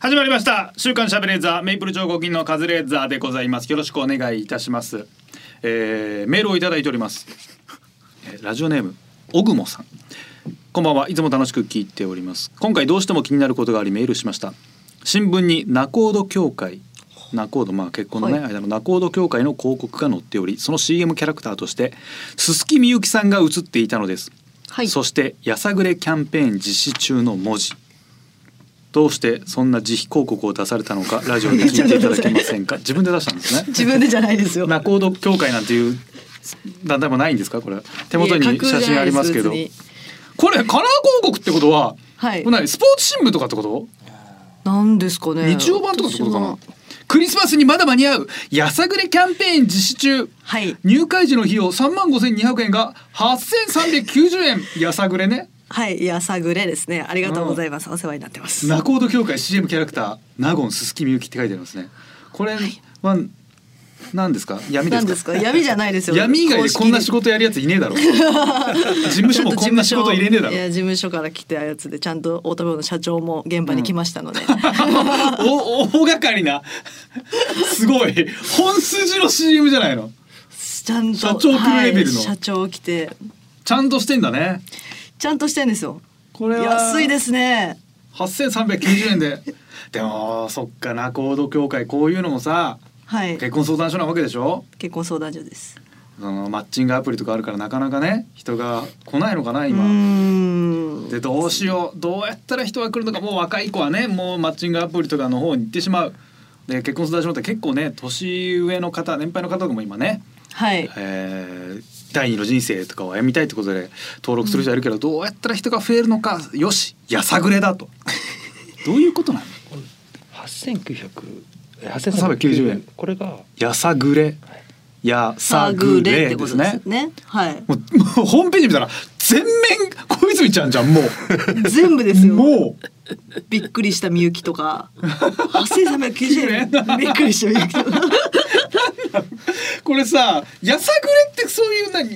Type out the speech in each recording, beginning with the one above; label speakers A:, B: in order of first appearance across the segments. A: 始まりました週刊シャベレーザーメイプル超合金のカズレーザーでございますよろしくお願いいたします、えー、メールをいただいておりますえーラジオネームオグモさんこんばんはいつも楽しく聞いております今回どうしても気になることがありメールしました新聞にナコード協会ナコードまあ結婚のね、
B: は
A: 間のナコード協会の広告が載っておりその CM キャラクターとして鈴木みゆきさんが映っていたのです
B: はい。
A: そして「やさぐれキャンペーン実施中」の文字どうしてそんな自費広告を出されたの かラジオで聞いていただけませんか自分で出したんですね
B: 自分でじゃないですよ。
A: ナコード協会なんていう団体もないんですかこれ手元
B: いや
A: に
B: 架空
A: 写
B: じゃ
A: 真
B: な
A: あ
B: いで
A: りますけど
B: 別に
A: これカラー広告ってことは、
B: はい
A: これ何スポーツ新聞とかってこと
B: なんですかね。
A: 日曜版とかってことか
B: 私
A: な
B: は
A: クリスマスにまだ間に合うやさぐれキャンペーン実施中
B: はい
A: 入会時の費用3万5200円が8390円やさぐれね
B: はい、やさぐれですね。ありがとうございます。お世話になってます。
A: ナコード協会 CM キャラクターナゴン鈴木みゆきって書いてありますねこれは何ですか闇で
B: な
A: す
B: ん
A: か
B: ですか。闇じゃないですよ。
A: 闇以外でこんな仕
B: 公式
A: 事やるやついねえだ ろ事務所もこんな仕事入れねえだ
B: いや
A: ろ
B: 事務所から来たやつでちゃんと太田部の社長も現場に来ました ので、
A: お大掛かりなすごい本筋の CM じゃないの
B: ちゃんと
A: 社長来るレベルの
B: はい社長来て
A: ちゃんとしてんだね
B: ちゃんとしてんですよ
A: これは
B: 安いですね
A: 8390円ででもそっかなコード協会こういうのもさ
B: はい
A: 結婚相談所なわけでしょ
B: 結婚相談所です
A: そのマッチングアプリとかあるからなかなかね人が来ないのかな
B: うー
A: 今。
B: ん
A: でどうしようどうやったら人が来るのかもう若い子はねもうマッチングアプリとかの方に行ってしまうで結婚相談所って結構ね年上の方年配の方とかも今ね、
B: はい
A: えー第二の人生とかを歩みたいってことで登録する人いるけど、どうやったら人が増えるのかよしやさぐれだとどういうことなの
C: 八千九百八千三百九十
A: 8390円
C: 円これが
A: やさぐれやさぐ
B: 探れっ
A: れ
B: て
A: で
B: こと
A: す
B: で
A: ね
B: すよねはい
A: もうもうホームページ見たら全面小泉ちゃんじゃんもう
B: 全部ですよ
A: もう
B: びっくりしたみゆきとか 8390円びっくりしたみゆきとか
A: これさやさぐれってそういう何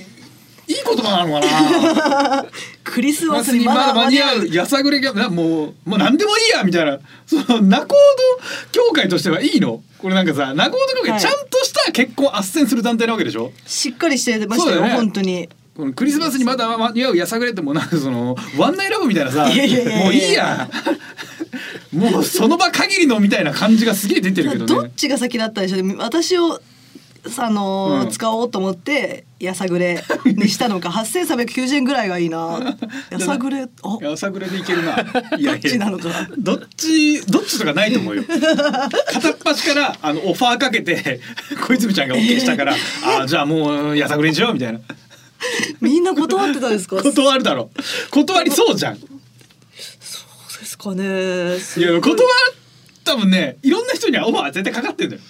A: いい言葉なのか な
B: クリスマ
A: マ
B: ス
A: スに
B: に
A: ま
B: ま
A: だ
B: だ
A: 間
B: 間
A: に
B: に
A: 合
B: 合
A: う
B: う
A: やさぐれがなもうもう何でもいいやみたいなそのナコード協会としてはいいのこれなんかさナコード協
B: は
A: 会
B: い
A: ちゃんとした結婚斡旋する団体なわけでしょ、
B: しっかりしてました
A: そうだ
B: よ、
A: よね
B: 本当に
A: このクリスマスにまだ間に合うやさぐれってもうなんかそのワンナイラブみたいなさ
B: いやいやいやいや
A: もういいや もうその場限りのみたいな感じがすげえ出てるけどね
B: どっちが先だったでしょうね私をさあのー
A: うん
B: 使おうと思ってやさぐれにし たのか8390円ぐらいがいいなやさぐれあ
A: やさぐれでいけるな。い
B: どっちなのかな
A: どっちどっちとかないと思うよ。片っ端からあのオファーかけて小泉ちゃんが OK したから、あーじゃあもうやさぐれにしようみたいな
B: みんな断ってたんですかそう
A: 断るだろう。断りそうじゃん。い
B: ですかねす
A: や
B: ごい
A: 断ったもんね。いろんな人にはオファー絶対かかってんだよ。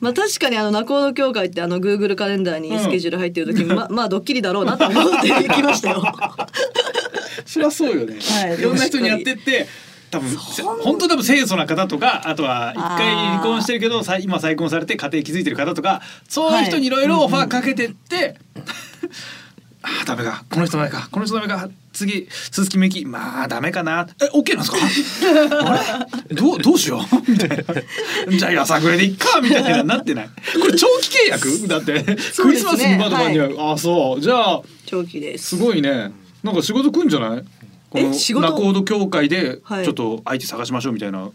B: まあ確かにあのナコード協会ってあの Google カレンダーに
A: うん
B: スケジュール入ってる時に、ままあドッキリだろうなと思って行きましたよ。
A: そりゃそうよね。
B: はい
A: い、ろんな人にやってって。多分本当多分清楚な方とかあとは一回離婚してるけどさ今再婚されて家庭築いてる方とかそういう人にいろいろオファーかけてって、 あーダメかこの人ダメかこの人ダメか次鈴木みゆきまあダメかなえオッケーなんです かあれどうどうしよう みたいなじゃあやさぐれでいっかみたいななってないこれ長期契約だって、クリスマスにまだ間に合う、ああそうじゃあ
B: 長期で
A: す
B: す。
A: ごいね。なんか仕事来んじゃない？この
B: え仕事
A: ナコード協会で
B: はい
A: ちょっと相手探しましょうみたいな。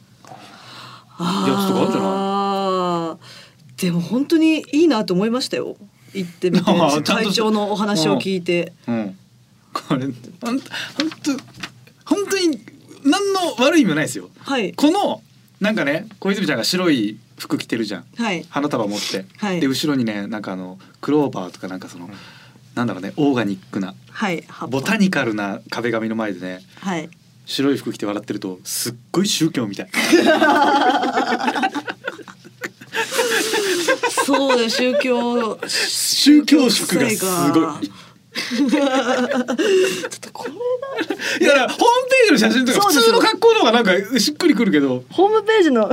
B: あ
A: やつとかあるんじゃない
B: あーでも本当にいいなと思いましたよ。行ってみて
A: あーちゃんと
B: 会長のお話を聞いて。
A: うん。これ本当本当に何の悪い意味もないですよ。
B: はい
A: このなんかね小泉ちゃんが白い服着てるじゃん。
B: はい
A: 花束持って、
B: はい
A: で後ろにねなんかあのクローバーとかなんかその、なんだろうねオーガニックな
B: はい
A: ボタ
B: に
A: ニカルな壁紙の前でね
B: はい
A: 白い服着て笑ってるとすっごい宗教みたい。
B: そうだ宗教
A: 宗教色がすごい
B: ちょっとこれ
A: いやだからホームページの写真とか
B: そう
A: 普
B: です
A: 通の格好の方がなんかしっくりくるけど
D: ホームページ の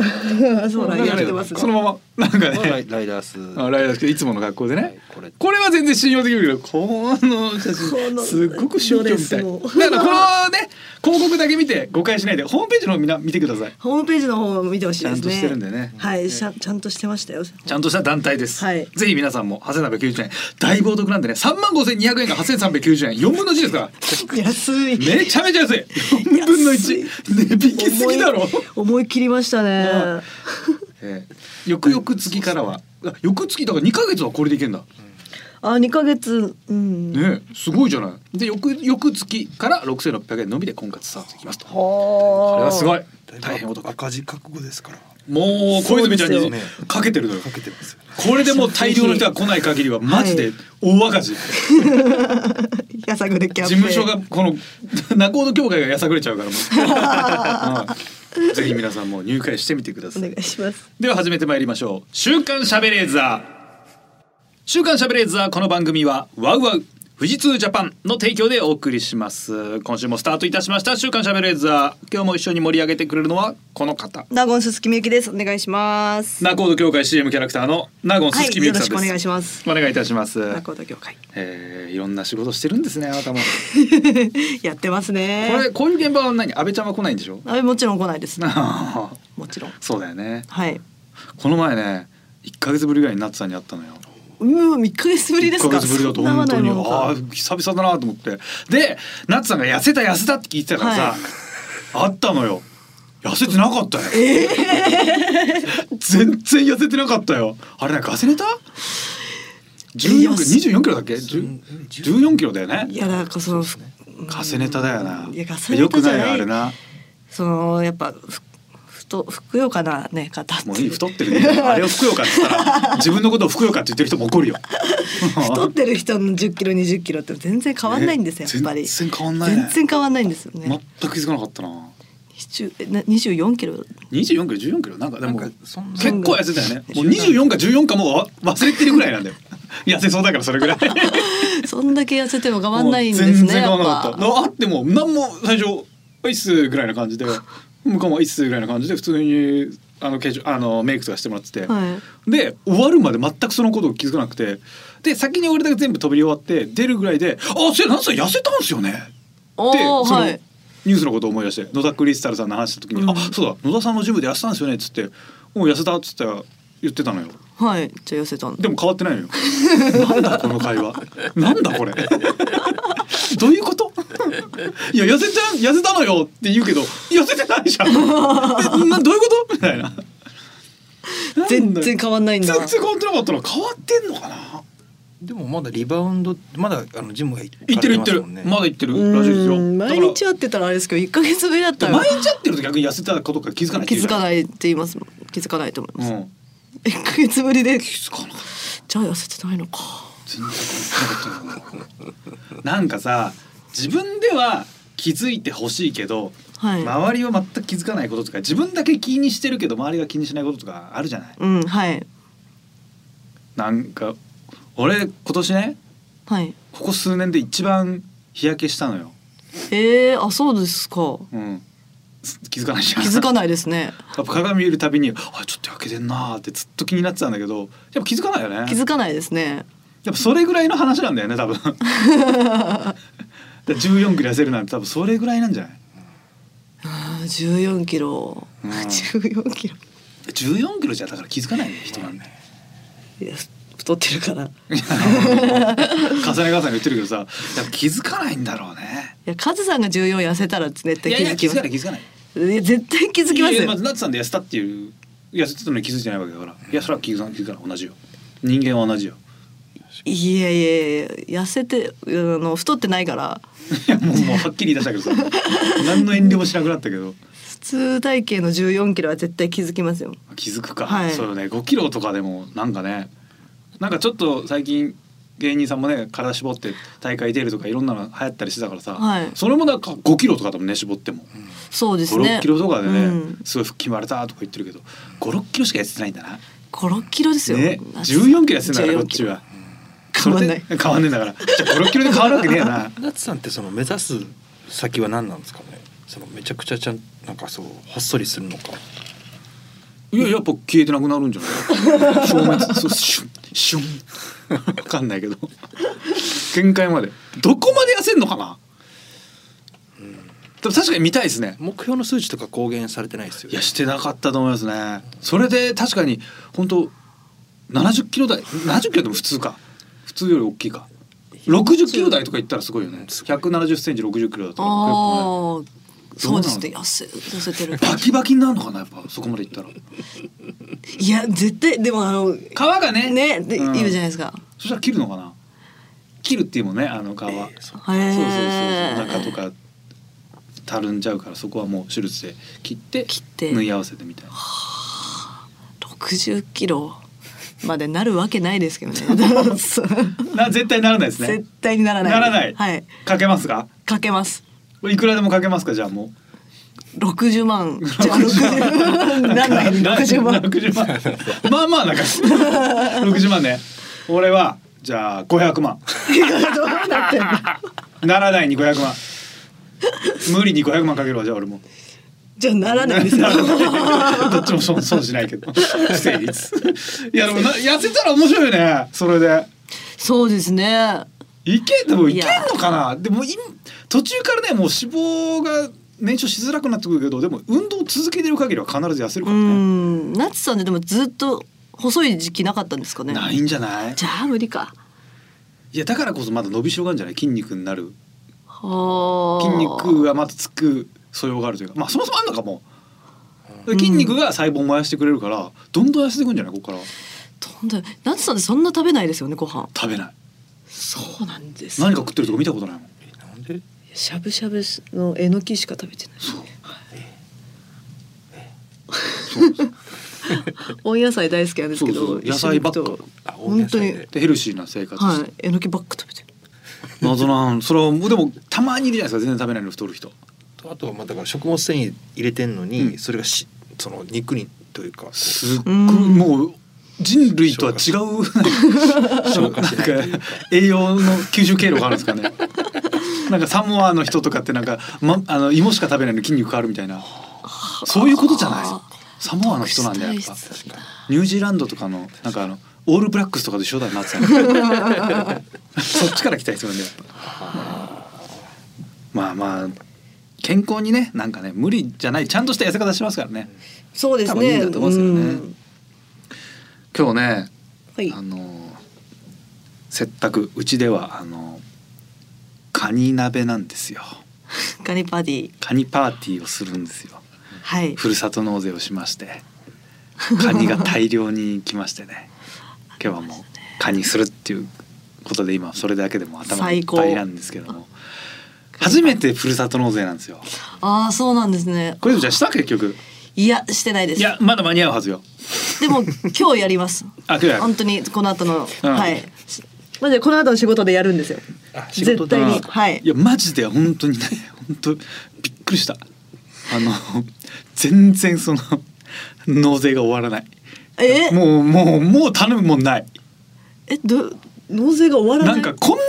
D: そう
A: な
D: だ
A: ん
D: や
A: か
D: っ
A: ね
D: てますね
A: そのままなんか
C: ラ
A: ね
C: イライダース。
A: あライダーですけどいつもの格好でね、
C: はい
A: こ
C: こ
A: れ
C: れ
A: は全然信用できるけどこの写真
D: の
A: すっごく宗
D: ド
A: 教みたい
D: レスも
A: だからこのね広告だけ見て誤解しないでホームページの方みんな見てください
D: ホームページの方を見てほしいですね。
A: ちゃんとしてるんだよね
D: はい、ちゃんちゃんとしてましたよ。
A: ちゃんとした団体です、
D: はい
A: ぜひ皆さんも8790円大冒得なんでね3万5200円が8390円4分の1ですから
D: 安い。
A: めちゃめ ちゃ安い4分の1値引きすぎだろ
D: 思い思い切りましたね。
A: ええ翌々月からはあ翌月だから2ヶ月はこれでいけんだ
D: あ、二ヶ月、うん。
A: ねえすごいじゃないで翌翌月から6600円のみで婚活スタートできますと
D: はあ。
A: これはすごい
E: だいぶ
A: 大変お得
E: 赤字覚悟ですから
A: もう小泉ちゃん
D: そ
A: に
E: うですよ
A: かけてるのよ
E: かけてますよね
A: これでもう大量の人が来ない限りはマジで大赤字、
B: やさぐれキャン
A: 事
B: ペーン
A: 務所がこの 仲人協会がやさぐれちゃうからも う、うんぜひ皆さんも入会してみてくだ
D: お
A: さ
D: 願
A: い
D: いします。
A: では始めてまいりましょう「週刊シャベレーザー」週刊シャベレーザーこの番組はワウワウ富士通ジャパンの提供でお送りします今週もスタートいたしました週刊シャベレーザー今日も一緒に盛り上げてくれるのはこの方
B: ナゴンススキミユキですお願いします
A: ナコード協会 CM キャラクターのナゴン鈴木美由紀さんです、
B: はいよろしくお願いします
A: お願いいたします
B: ナコード協会
A: えー、いろんな仕事してるんですねあなたも
B: やってます
A: こ
B: ね
A: れこういう現場は何安倍ちゃんは来ないんでしょ
B: あれもちろん来ないです
A: そ
B: もちろん
A: うだよね
B: はい
A: この前ね1ヶ月ぶりぐらいになってたんに会ったのよ
B: うわ、三ヶ月ぶりです
A: 1
B: か。
A: ヶ月ぶりだと
B: そんな合わ
A: 本
B: な
A: 当
B: い
A: に
B: もの
A: あ
B: か
A: あー久々だなと思ってでナツさんが痩せた痩せたって聞いてたからさ、
B: は
A: あったのよ痩せてなかったよ、全然痩せてなかったよあれなんか痩せれた14キロ24キロだっけ10 14キロだよね
B: いや、なんか、その、ふ
A: ガセネタだよな。
B: いやガセネタじゃない
A: よくないよあれな。
B: その、やっぱ、ふ、ふと、ふくよかな、ね、方って。
A: もういい太ってる ね。あれをふくよかって言ったら自分のことをふくよかって言ってる人も怒るよ。
B: 太ってる人の10キロ20キロって全然変わんないんですよ、
A: ね
B: やっぱり
A: 全然変わんないね
B: 全然変わんないんですよね
A: 全く気づかなかったな。
B: 20えな24キロ
A: 二十四キロ十四キロなんかでも
E: なんかそんな
A: 結構痩せたよね。もう二十四か十四かもうわ忘れてるぐらいなんだよ。 痩せそうだからそれぐらい。
B: そんだけ痩せても変わんないんで
A: もう
B: す
A: 全
B: ね
A: 然
B: や
A: 変
B: っ
A: わらなかった。
B: ぱ
A: なあっても何も最初アイスぐらいな感じで、向こうもアイスぐらいな感じで普通にあの化粧あのメイクとかしてもらってて。
B: は
A: で終わるまで全くそのことを気づかなくてで先に俺だけ全部飛び終わって出るぐらいで「あせやなんつさん痩せたんすよね」って
B: おー
A: その
B: はい
A: ニュースのことを思い出して野田クリスタルさんの話した時に「あそうだ野田さんのジムで痩せたんすよね」っつって「もう痩せた」っつって言ってたのよ。
B: いはいじゃあ痩せたんだ
A: でも変わってないのよ。なんだこの会話。なんだこれ。どういうこと？いや痩せた痩せたのよって言うけど痩せてないじゃん。えなどういうことみたいな。
B: 全然変わんないんだ
A: 全然変わってなかったら変わってんのかな。
E: でもまだリバウンドまだあのジムが行
A: 行ってる行ってる。
E: ね、
A: まだ行って
B: う
A: るらしいですよ。
B: ん毎日
A: だ
B: 会ってたらあれですけど1ヶ月ぶりだった
A: から
B: ら
A: 毎日会ってると逆に痩せたかどうか気づかない。
B: 気づか
A: い。
B: ないって言いますもん気づかないと思い ます、
A: うん。
B: 1ヶ月ぶりで
A: 気づかなかった。
B: じゃあ痩せてないのか
A: 全然変わってなかったななんかさ自分では気づいてほしいけど、
B: はい
A: 周りは全く気づかないこととか自分だけ気にしてるけど周りが気にしないこととかあるじゃない
B: うんはい
A: なんか俺今年ね
B: はい
A: ここ数年で一番日焼けしたのよ、
B: えー、あそうですか
A: うん、気づかないじゃん
B: 気づか
A: ない
B: ないですね
A: やっぱ鏡見るたびに「あちょっと焼けてんな」ってずっと気になってたんだけどやっぱ気づかないよね
B: 気づかないですね
A: やっぱそれぐらいの話なんだよ ね多分だから14キロ痩せるなんて多分それぐらいなんじゃない
B: あー14キロ、
A: うん
B: 14キロ
A: 14キロじゃだから気づかないね人なんで
B: いや太ってるからい
A: 重ね重ね言ってるけどさやっぱ気づかないんだろうね
B: やカズさんが14痩せたら絶対
A: いや
B: 気
A: いや
B: づき
A: 気づ
B: ま
A: か
B: す
A: ない気づかない
B: いや絶対気づきます
A: いや
B: よ
A: まずナツさんで痩せたっていう痩せてたのに気づいてないわけだからいやそれは気づかない気づかない同じよ人間は同じよ
B: いやいやいや痩せてあの太ってないから
A: いやもうもうはっきり言い出したけどさ 何の遠慮もしなくなったけど
B: 普通体型の14キロは絶対気づきますよ
A: 気づくか、
B: はい
A: そうね5キロとかでもなんかねなんかちょっと最近芸人さんもね体絞って大会出るとかいろんなの流行ったりしてたからさ、
B: はい
A: それもなんか5キロとかでもね絞っても、
B: そうです
A: 五六
B: ね
A: 5 6キロとかでね、
B: うん、
A: すごい腹筋割れたとか言ってるけど5 6キロしか痩せてないんだな、ね、
B: 56キロですよ、
A: 14キロ痩せてんだからこ
B: 14
A: っちは
B: 変わんない
A: それで変わんねえんだからじゃあ5 6キロで変わるわけねえよな
E: ナツさんってその目指す先は何なんですかねそのめちゃくちゃちゃんなんかそうほっそりするのか
A: いややっぱ消えてなくなるんじゃない消滅そうシュンシュン分かんないけど限界までどこまで痩せんのかな、でも確かに見たいですね
E: 目標の数値とか公言されてないですよ
A: いやしてなかったと思いますねそれで確かに本当70キロ台70キロでも普通か普通より大きいか60キロ台とかいったらすごいよね170センチ60キロだと結構ね
B: ああ。そうですね。痩せ痩せてる。
A: バキバキになるのかなやっぱそこまでいったら
B: いや絶対でもあの
A: 皮がね
B: ねで
A: うん
B: いるじゃないですか。
A: そしたら切るのかな切るっていうもんねあの皮、そう
B: へ
A: そ
B: ー
A: うそうそう中とかたるんじゃうからそこはもう手術で切って
B: 切って
A: 縫い合わせてみたいな
B: 60キロまでなるわけないですけどね。 そう
A: な絶対ならないですね
B: 絶対にならない。
A: ならない
B: はい。
A: かけますか
B: かけます。
A: いくらでもかけますかじゃあも
B: 60万。じゃあ60
A: う
B: なんない60万。
A: 60万まあまあなんか60万ね俺はじゃあ500万
B: どうなってんの
A: ならないに500万無理に500万かけるわじゃあ 俺も
B: じゃあならないですよ。
A: どっちも損損しないけど不成立いやでもな痩せたら面白いよねそれで
B: そうですね。
A: いけでもいけんのかなでも今途中からねもう脂肪が燃焼しづらくなってくるけどでも運動を続けてる限りは必ず痩せる
B: う
A: からね
B: ん。なつさんででもずっと細い時期なかったんですかね。
A: ないんじゃない
B: じゃあ無理か。
A: いやだからこそまだ伸びしろがあるんじゃない筋肉になる
B: はあ。
A: 筋肉がまたつく素養があるというかまあそもそもあんのかも筋肉が細胞を燃やしてくれるからどんどん痩せていくんじゃないここから
B: とんでもない夏さんってそんな食べないですよねご飯
A: 食べない
B: そうなんです
A: 何か食ってるとこ見たことないもん
E: なんで
D: しゃぶしゃぶのえのきしか食べてない
B: 温野菜大好きなんですけど
A: そうそう野菜ばっか
B: 一緒に行くと
E: あ温
B: 本
E: 野
B: 当
E: 菜
B: に
E: で
A: でヘルシーな生活して
B: はいえのきばっか食べてる
A: 謎なんそれはもうでもたまにいるじゃないですか全然食べないのに太る人
E: あとはまあだから食物繊維入れてんのに、
A: うん
E: それがしその肉にというか
A: すっごい
B: うん
A: もう人類とは違う
E: 消化しないという
A: なんか栄養の吸収経路があるんですかねなんかサモアの人とかってなんか、ま、あの芋しか食べないのに筋肉変わるみたいなそういうことじゃないサモアの人なんだよやっぱ
B: 特殊体質だ
A: ニュージーランドとかのなんかあのオールブラックスとかと一緒だなってたそっちから期待するんだよやっぱまあまあ健康にねなんかね無理じゃないちゃんとした痩せ方しますからね
D: そうです
A: 多分いい
D: ね
A: んだと思うんですけどね今日ね
D: はい
A: あの洗濯うちではあのカニ鍋なんですよ
B: ガニパディ
A: カニパーティーをするんですよ
B: はい
A: ふるさと納税をしましてカニが大量に来ましてね今日はもうカニするっていうことで今それだけでも頭がいっぱいなんですけども初めてふるさと納税なんですよ
B: ああそうなんですね
A: 小泉ちゃんした結局
B: いやしてないです
A: いやまだ間に合うはずよ
B: でも今日やります
A: あ今日やる
B: 本当にこの後の、
A: うん
B: はい
D: まあじゃあこの後の仕事でやるんですよ
E: あ仕事
D: 絶
E: で
D: 対に
A: うん
D: はい
A: いやマジで本当にね 本当びっくりしたあの全然その納税が終わらない
B: え
A: もうもうもう頼むもんない
D: えど納税が終わらな
A: ないんかこんな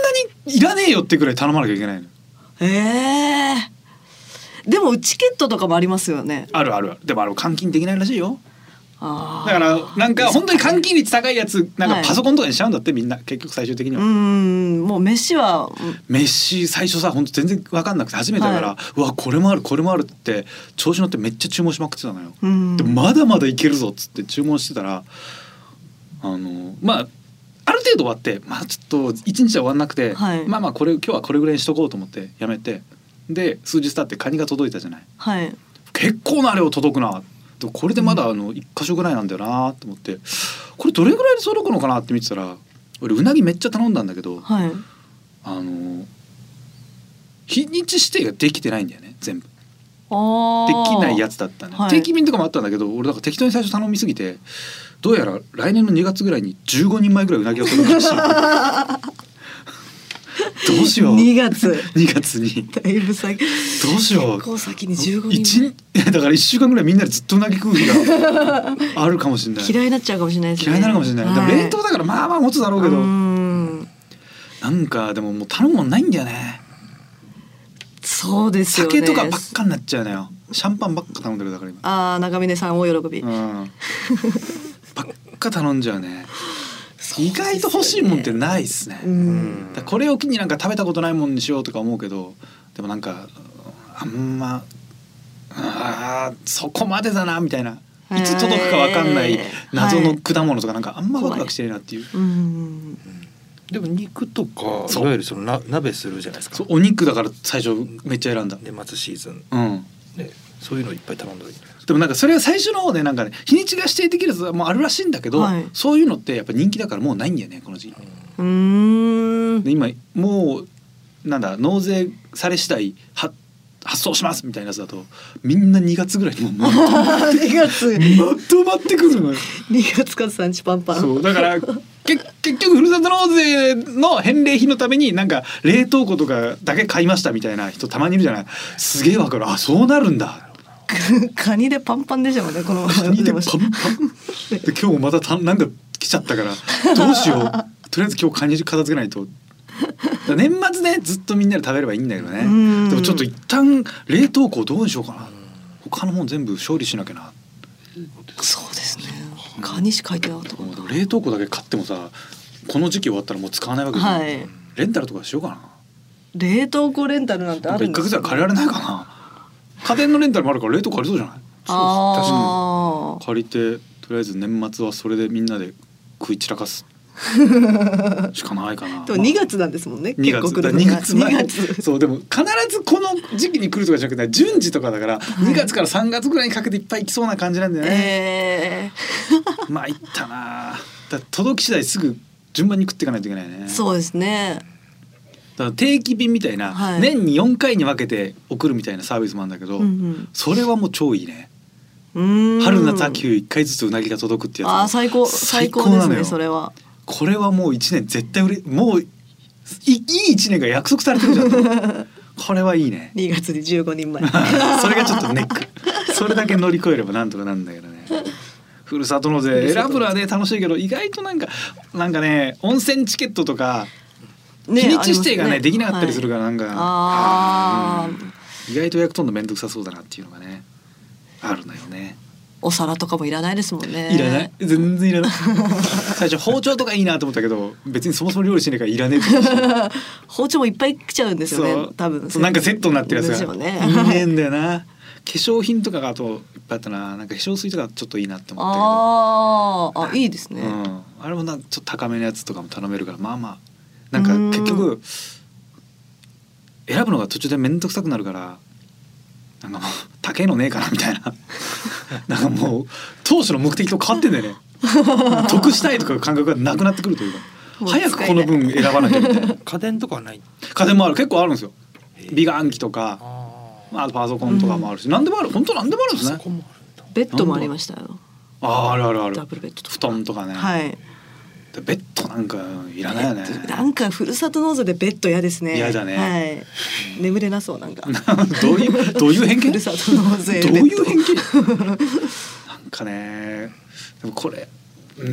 A: にいらねえよってくらい頼まなきゃいけないの
B: ええーでもチケットとかもありますよね
A: あるあるあるでもあれ換金できないらしいよ
B: あ
A: だ
B: あ
A: からなんか本当に換金率高いやつなん
B: は
A: か
B: い
A: パソコンとかにしちゃうんだってみんな結局最終的に
B: うー
A: は。
B: んもう飯はうん
A: メッシ最初さ本当全然分かんなくて初めてだから、
B: は
A: うわこれもあるこれもあるって調子乗ってめっちゃ注文しまくってたのよ。
B: うん
A: でまだまだいけるぞっつって注文してたらあのまあある程度終わってまあちょっと一日は終わんなくて、
B: はい
A: まあまあこれ今日はこれぐらいにしとこうと思ってやめてで数日経ってカニが届いたじゃない
B: はい
A: 結構な量届くなでもこれでまだあの1箇所ぐらいなんだよなと思ってこれどれぐらいで届くのかなって見てたら俺うなぎめっちゃ頼んだんだけど
B: はい
A: あの日にち指定ができてないんだよね全部。
B: あ
A: できないや
B: つ
A: つだったね、
B: はい
A: 定期便とかもあったんだけど俺なんか適当に最初頼みすぎてどうやら来年の2月ぐらいに15人前ぐらいうなぎが届くらし いどうしよう
B: 2
A: 2
B: 月
A: 月に
B: だいぶ先
A: どうしよう
D: こう先に15人
A: 一だから1週間ぐらいみんなでずっとうなぎ食う日 があるかもしれない
B: 嫌いになっちゃうかもしれないですね
A: 嫌いになるかもしれない、でも冷凍だからまあまあ持つだろうけど
B: うーん
A: なんかでももう頼むもんないんだよね
B: そうですよね
A: 酒とかばっかになっちゃうのよシャンパンばっか頼んでるだから今
B: ああ長峰さん大喜び、
A: うん、ばっか頼んじゃうね意外と欲しいもんってないっすね、
D: うん
A: だからこれを機になんか食べたことないもんにしようとか思うけどでもなんかあんまあーそこまでだなみたいないつ届くかわかんない謎の果物とかなんかあんまワクワクしてるなっていう、
B: うん
E: でも肉とか
A: そう
E: いわゆるそのな鍋するじゃないですか
A: そうお肉だから最初めっちゃ選んだ
E: 年末シーズン
A: うん
E: でそういうのいっぱい頼んだらいいんじゃないですか
A: でもなんかそれは最初の方でなんかね日にちが指定できるやつもあるらしいんだけど、
B: はい
A: そういうのってやっぱ人気だからもうないんだよねこの時期
B: う ーん
A: で今もうなんだ納税され次第は発送しますみたいなやつだとみんな2月ぐらいにもうまとまっ
B: 2月
A: てまとまってくるのよ
D: 二月かさんちパンパン。
A: そうだからけ結局ふるさと納税の返礼品のためになんか冷凍庫とかだけ買いましたみたいな人たまにいるじゃないすげえわかるあそうなるんだ
B: カニでパンパンでしたもんねこの
A: カニでパン
B: 出てま
A: パ
B: し
A: ンで今日もまたたなんか来ちゃったからどうし ようとりあえず今日カニ片付けないとだから年末ねずっとみんなで食べればいいんだけどね
B: うん
A: でもちょっと一旦冷凍庫どうにしようかな他のもん全部処理しなきゃな
B: たそうですねカニしか書いてなかったか
A: でも冷凍庫だけ買ってもさこの時期終わったらもう使わないわけ
B: な
A: じゃん、
B: はい
A: レンタルとかしようかな
B: 冷凍庫レンタルなんてあ
A: なんか一
B: るんで
A: ヶ
B: す
A: 月は借りられないかな家電のレンタルもあるから冷凍庫借りそうじゃない
B: あ
A: 借りてとりあえず年末はそれでみんなで食い散らか すしかないかな
B: あでも2月なんですもんね
A: 2
B: 結構
A: 月
B: 来
A: だ
B: る
A: 2
B: のが
A: 月前
B: 2月
A: そうでも必ずこの時期に来るとかじゃなくて順次とかだから2月から3月ぐらいにかけていっぱい来そうな感じなんだよね、
B: え
A: まあいったなあだから届き次第すぐ順番に食っていかないといけないね
B: ーそうですね
A: だから定期便みたいな、
B: はい
A: 年に4回に分けて送るみたいなサービスもあるんだけど、
B: うん
A: それはもう超いいね
B: うんうーん
A: 春夏秋冬1回ずつうなぎが届くってやつ
B: あー最高最高で
A: な
B: す
A: のよ
B: ねそれは
A: これはもう一年絶対売れもういいい一年が約束されてるじゃん と思ってこれはいいね
B: 2月に15人前
A: それがちょっとネックそれだけ乗り越えればなんとかなんだけどねふるさと納税選ぶのはね楽しいけど意外となんかなんかね温泉チケットとか
B: ね
A: 日にち指定がね
B: あります
A: で
B: ね
A: きなかったりするからなんか、
B: あー
A: 意外と役取るの面倒くさそうだなっていうのがねあるのよね。
B: お皿とかもいらないですもんね
A: いらない全然いらない最初包丁とかいいなと思ったけど別にそもそも料理しないからいらねえと思ったし
B: 包丁もいっぱい来ちゃうんですよ
A: そ
B: ね
A: う
B: 多分
A: そうなんかセットになってるや
B: です
A: つが
B: よね
A: いいねんだよな化粧品とかがあといっぱいあったななんか化粧水とかちょっといいなって思っ
B: あーあいいです
A: たけ
B: ね、
A: どうん、あれもなんかちょっと高めのやつとかも頼めるからまあまあなんか結局選ぶのが途中で面倒くさくなるからなんかもう高いのねえかなみたい ななんかもう当初の目的と変わってんだ よね得したいとかいう感覚がなくなってくるというか
B: もう使え
A: 早
B: ない
A: くこの分選ばなきゃみたいな
E: 家電とかはない
A: 家電もある結構あるんですよ
E: へえ
A: 美顔器とか
E: あ
A: まあ、パソコンとかもあるし、何でもある本当何でもあるんです
E: そ
A: ね
E: こもあるんだ
B: ベッドもありましたよ
A: あーあるあるあ
B: ダブ
A: る
B: ルベッドと
A: 布
B: か
A: 団とかね、
B: はい
A: でベッドなんかいらないよね
B: なんかふるさと納税でベッド嫌ですね
A: 嫌だね
B: はい眠れなそうなんか
A: どういうどういう偏見
B: ふ
A: ど
B: るさと納税
A: う
B: ベ
A: いう
B: ッ
A: 偏見 なんかねでもこれ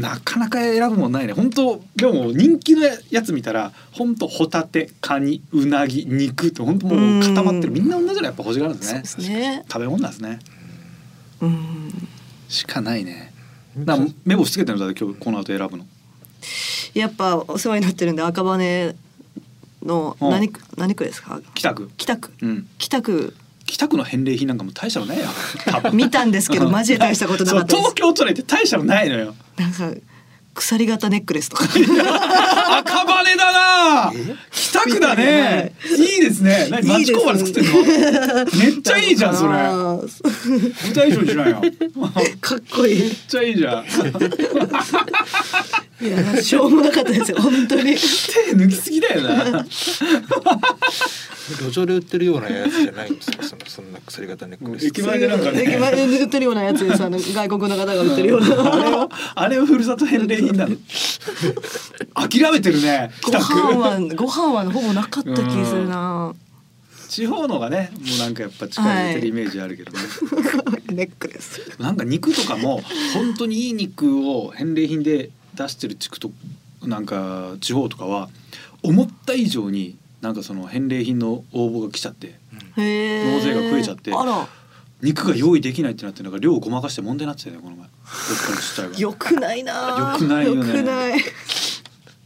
A: なかなか選ぶもんないね本当でも人気のやつ見たら本当ホタテカニウナギ肉って本当もう固まってる
B: うん
A: みんな同じのやっぱ欲しがるんです
B: そう
A: ね
B: ですね
A: 食べ物なんですね
B: ドうん
A: しかないねだから目星つけてるのだって今日この後選ぶの
B: やっぱお世話になってるんで赤羽の
A: うん
B: 何区何区ですか
A: 北区
B: 北区
A: うん
B: 北区
A: 北区の返礼品なんかも大したの ないよ。多分
B: 見たんですけ どマジで大したことなかった
A: そう
B: で
A: 東
B: す
A: 京都内って大したのないの よ。
B: なんか鎖型ネックレスとか
A: 赤羽だな。北区だね。いいですね。何
B: い
A: 町
B: いです
A: 工場で作ってんの。めっちゃいいじゃんそれ。
B: あー
A: 舞台衣装にしないよ。めっ
B: かっこいい
A: ちゃいいじゃん。
B: いやしょうもなかったですよ本当に
A: 手抜きすぎだよな。
E: 路上で売ってるようなやつじゃないんですよそのそんな鎖型ネックレス
A: 駅前でなんかね
B: 駅前で売ってるようなやつですあの外国の方が売ってるような
A: あれをあれをふるさと返礼品な の。諦めてるね。
B: ご
A: 北
B: 飯
A: 区。
B: はご飯はほぼなかった気するな
A: 地方のがね、もうなんかやっぱ力入れてるイメージあるけどね。
B: ネックレス
A: なんか肉とかも本当にいい肉を返礼品で出してる地区となんか地方とかは思った以上になんかその返礼品の応募が来ちゃって
E: うん
B: へー
A: 納税が増えちゃって
B: あら
A: 肉が用意できないってなってなんか量をごまかして問題になってたよねこの前どっかの自治体が
B: よくないな
A: 良くないよね
B: 良くない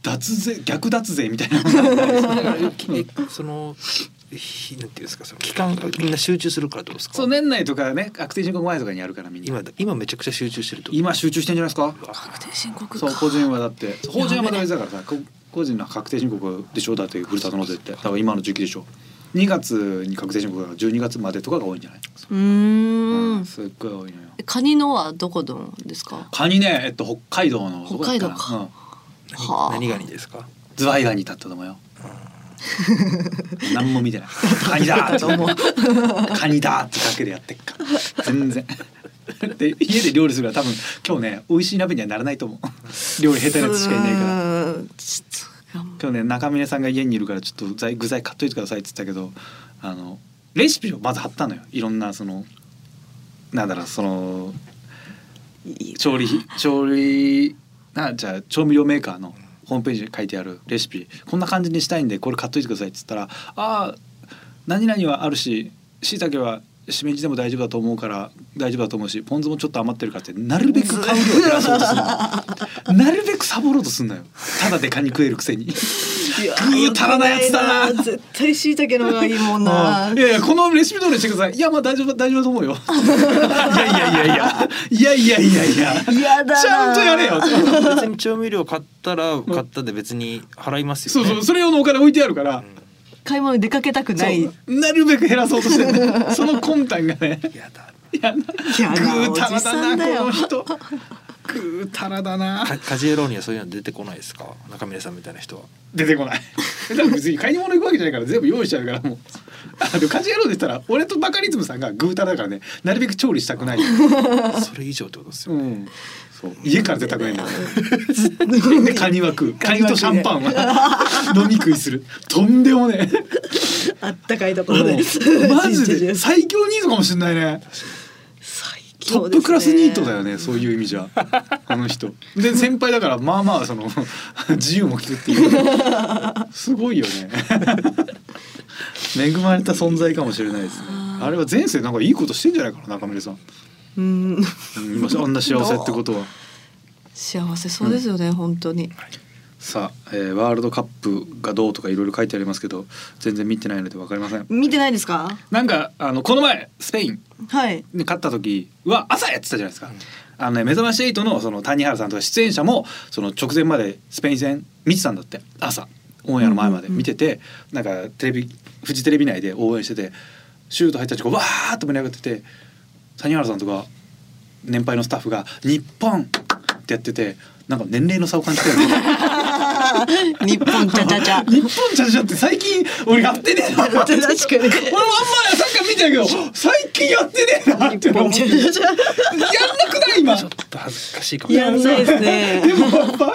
A: 脱税逆脱税みたいな
E: そのひなんていうんですかその期間がみんな集中するからどうですか
A: そう年内とかね確定申告前とかにやるからみんな
E: 今だ今めちゃくちゃ集中してると
A: 今集中してんじゃないですか
B: 確定申告か
A: そう個人はだって法人はまた別だからさこ個人の確定申告でしょだってふるさと納税ってだから今の時期でしょ2月に確定申告だから12月までとかが多いんじゃない、
B: うーん
A: すっごい多いのよ
D: カニのはどこのですか。
A: カニねえっと北海道のどこだっ
D: 北海
A: た
D: 道
A: うん
E: 何
D: はあ
E: 何がにですか
A: ズワイガニだったと思うよ何も見てないカニだと思うカニだってだけでやってっから全然で家で料理するから多分今日ね美味しい鍋にはならないと思う料理下手なやつしかいないから
B: うーんちょっと
A: 今日ね中峰さんが家にいるからちょっと材具材買っといてくださいって言ったけどあのレシピをまず貼ったのよいろんなそのなんだろうその
B: いい
A: 調理調理なじゃあ調味料メーカーのホームページに書いてあるレシピこんな感じにしたいんでこれ買っといてくださいっつったら「あー何々はあるし椎茸はしめじでも大丈夫だと思うから大丈夫だと思うしポン酢もちょっと余ってるから」ってなるべく買う量を減らそうとするのなるべくサボろうとすんのよただでカニ食えるくせに。
B: いや
A: ぐーたらなやつだな
B: 良くい絶対椎茸の方がいいもんな
A: うんいやいやこのレシピ通りにしてくださいいやまあ大丈夫大丈夫だと 思うよいやいやいやいやいやいやいやいや
B: 嫌だな
A: ちゃんとやれよ
E: 別に調味料買ったら買ったで別に払います
A: そ
E: よ
A: う
E: ね
A: そうそれ用のお金置いてあるから、
B: 買い物に出かけたくない
A: そうなるべく減らそうとしてるのその魂胆がね
E: いやだ
A: いやな
B: 嫌な
A: ぐうた
B: お
A: ら
B: じさ
A: だ
B: ん
A: な
B: だ
A: こ
B: よ
A: の人ぐうたらだな
E: かカジエローニはそういうの出てこないですか中峰さんみたいな 人は
A: 出てこないだから別に買い物行くわけじゃないから全部用意しちゃうからもうあでも家事やろうでしたら俺とバカリズムさんがぐうたらだからねなるべく調理したくない
E: それ以上ってことですよ、
A: うん、そう家から出たくないんだよでカニは食うカニとシャンパンは 飲み食いするとんでもね
B: あったかいところで
A: えマジ
B: 一日中
A: で最強ニートかもしれないね
B: 最
A: ト
B: 強
A: ッ
B: ですね
A: プクラスニートだよねそういう意味じゃあの人で先輩だからまあまあその 自由も利くっていうすごいよね 恵まれた存在かもしれないですねあれは前世なんかいいことしてんじゃないかな中村さん
B: うん
A: うん今あんな幸せってことは。
D: 幸せそうですよね、本当に。
A: さあ、えーワールドカップがどうとかいろいろ書いてありますけど全然見てないのでわかりません
B: 見てないですか
A: なんかあのこの前スペイン
B: はい
A: に勝った時は朝やってたじゃないですか、あのね「目覚まし8の」その谷原さんとか出演者もその直前までスペイン戦見てたんだって朝オンエアの前まで見てて、なんかテレビフジテレビ内で応援しててシュート入った時こうわーっと盛り上がってて谷原さんとか年配のスタッフが「日本!」ってやっててなんか年齢の差を感じ たよね。
B: 日本ちゃちゃちゃ
A: 日本ちゃちゃって最近俺やってねえな確
B: 確かに
A: 俺もあんまサッカー見てないけど最近やってねえなって 思ってやんなくない今
E: ちょっと恥ずかしいかもしれ
B: やんないですね
A: でもやっぱ、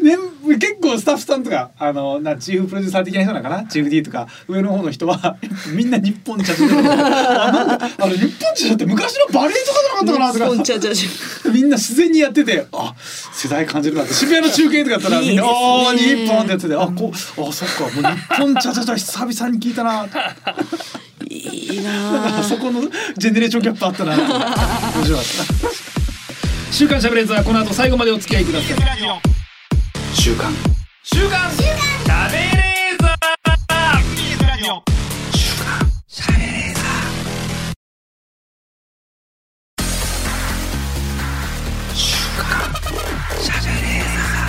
A: ね、結構スタッフさんとかあのなチーフプロデューサー的な人なのかなチーフ D とか上の方の人は みんな日本ちゃち ゃあなんかあの日本ちゃちゃって昔のバレエとかじゃなかったか
B: 日
A: なと
B: 本
A: か
B: ちゃちゃちゃ
A: みんな自然にやっててあ世代感じるなって渋谷の中継とかやったらみんな「おー日本」ってやってて「あこうあそっかもう日本ちゃちゃちゃ久々に聞いたな」
B: いい
A: なん
B: な
A: か そこのジェネレーションギャップあったな面白かった「週刊しゃべれーザー」この後最後までお付き合いください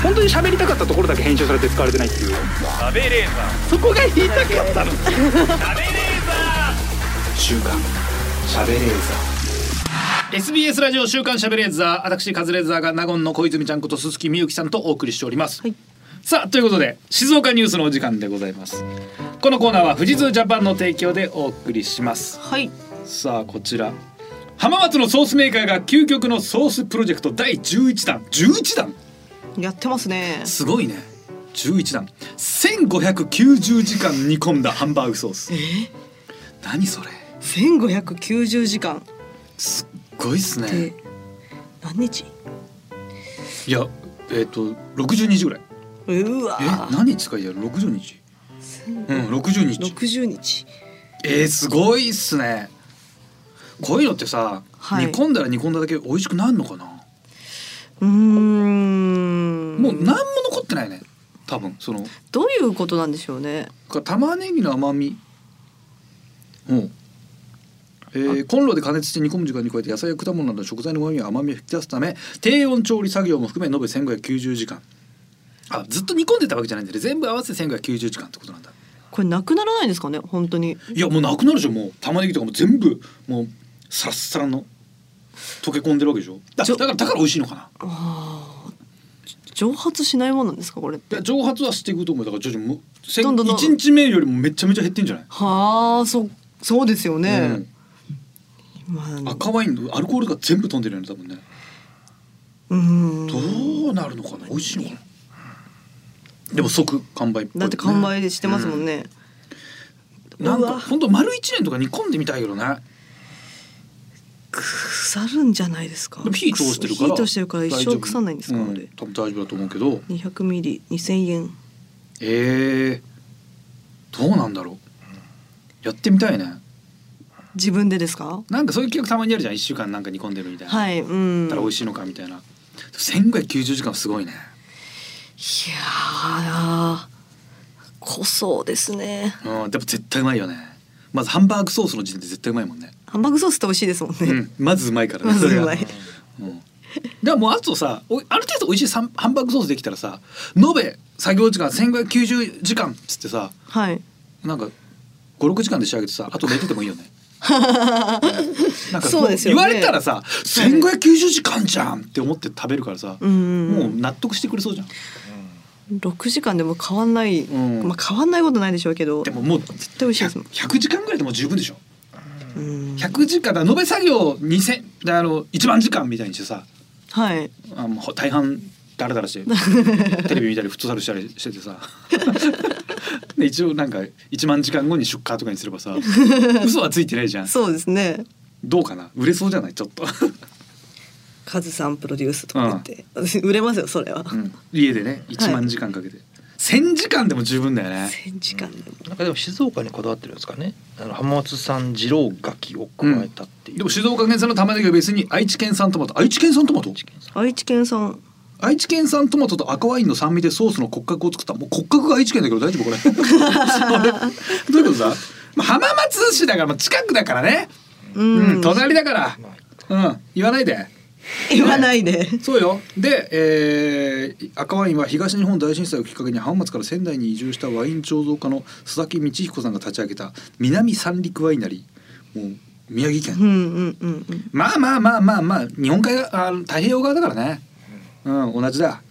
C: 本当に喋りたかったところだけ編集されて使われてないっていう。
A: SBS ラジオ週刊しゃべれーザー私カズレーザーが納言の小泉ちゃんこと鈴木みゆきさんとお送りしております、さあということで静岡ニュースのお時間でございますこのコーナーは富士通ジャパンの提供でお送りします
B: はい
A: さあこちら浜松のソースメーカーが究極のソースプロジェクト第11弾11弾
B: やってますね
A: すごいね11段1590時間煮込んだハンバーグソース何それ
B: 1590時間
A: すっごいっす
B: で
A: ね
B: 何日
A: いやえっ、と60日ぐらいうえ
B: わ
A: 何日かいや60日うん60日
B: 60日
A: えー、すごいっすね。こういうのってさ、
B: はい
A: 煮込んだら煮込んだだけ美味しくなるのかな。
B: うーん
A: もう何も残ってないね。多分その
B: どういうことなんでしょうね
A: か玉ねぎの甘み。うん。えー、コンロで加熱して煮込む時間に加えて野菜や果物などの食材の旨味や甘みを引き出すため低温調理作業も含め延べ1590時間あずっと煮込んでたわけじゃないんだね全部合わせて1590時間ってことなんだ
B: これなくならないんですかね本当に
A: いやもうなくなるでしょもう玉ねぎとかも全部もうさっさらの溶け込んでるわけでしょだ
B: ち
A: だ
B: ょ
A: からだから美味しいのかな
B: あー蒸発しないもんなんですかこれっ
A: い
B: て
A: や蒸発はしていくと思うだから徐々にもうせん
B: どんどんどん
A: 一日目よりもめちゃめちゃ減ってんじゃない、
B: はあそ
F: そうですよね。
B: ま
A: うん
B: あ
A: 赤ワインのアルコールが全部飛んでるよね多分ね
B: うーん
A: どうなるのかな美味しいのかなでも即完売っぽい
B: だって完売してますもんね、
A: なん
B: う
A: か
B: わ
A: 本当丸一年とか煮込んでみたいけどね
B: 腐るんじゃないですか
A: でも火通してるから
B: 火通してるから一
A: 大丈
B: 生
A: 夫
B: 腐んないんですか、
A: う
B: あれ
A: 多分大丈夫だと思うけど
B: 200ミリ2000円
A: えー、どうなんだろうやってみたいね
B: 自分でですか
A: なんかそういう企画たまにあるじゃん1週間なんか煮込んでるみたいな、
B: はいうん
A: たら美味しいのかみたいな1590時間はすごいね
B: いやー濃そうですね
A: うんでも絶対うまいよねまずハンバーグソースの時点で絶対うまいもんね、
B: ハンバーグソースって美味しいですもん
A: う
B: ね、
A: ん、まずうまいからね
B: まずうま
A: それ
B: い
A: がうんでももうあとさおある程度美味しいさんハンバーグソースできたらさ延べ作業時間1590時間っつってさ
B: はい
A: なんか56時間で仕上げてさあと寝ててもいいよね。 なんか
B: そうです
A: 言
B: よね
A: われたらさ1590時間じゃんって思って食べるからさ、
B: うんうん
A: も
B: う
A: うん納得してくれそうじゃん。
B: 6時間でも変わんない、
A: うん
B: まあ変わんないことないでしょうけど
A: でももう
B: 絶対美味しいですもん
A: 100時間ぐらいでもう十分でしょ。
B: うん
A: 100時間だ延べ作業2000あの1万時間みたいにしてさ
B: はい
A: あもう大半ダラダラして テレビ見たりフットサルしたりしててさ で一応なんか1万時間後に出荷とかにすれば さ嘘はついてないじゃん
B: そうですね
A: どうかな売れそうじゃないちょっと、
B: カズさんプロデュースとか言って、私売れますよそれは、
A: うん家でね1万時間かけて、1,000時間でも十分だよね
B: 1000時間でも
E: なんかでも静岡にこだわってるんですかね。あの浜松産二郎柿を加えたっていう。
A: でも静岡県産の玉ねぎをベースに愛知県産トマト愛知県産トマト
B: 愛知県産
A: 愛知県産トマトと赤ワインの酸味でソースの骨格を作ったもう骨格が愛知県だけど大丈夫これそれどういうことだ、まあ、浜松市だからまあ近くだからね
B: うん
A: うん、隣だか
E: まあ
A: らうん言わないで
F: 言わないで。
A: そうよで、えー赤ワインは東日本大震災をきっかけに浜松から仙台に移住したワイン醸造家の須崎道彦さんが立ち上げた南三陸ワイナリーもう宮城県
B: うんうんうんうん
A: まあまあまあまあまあ日本海側あ太平洋側だからねうん同じだ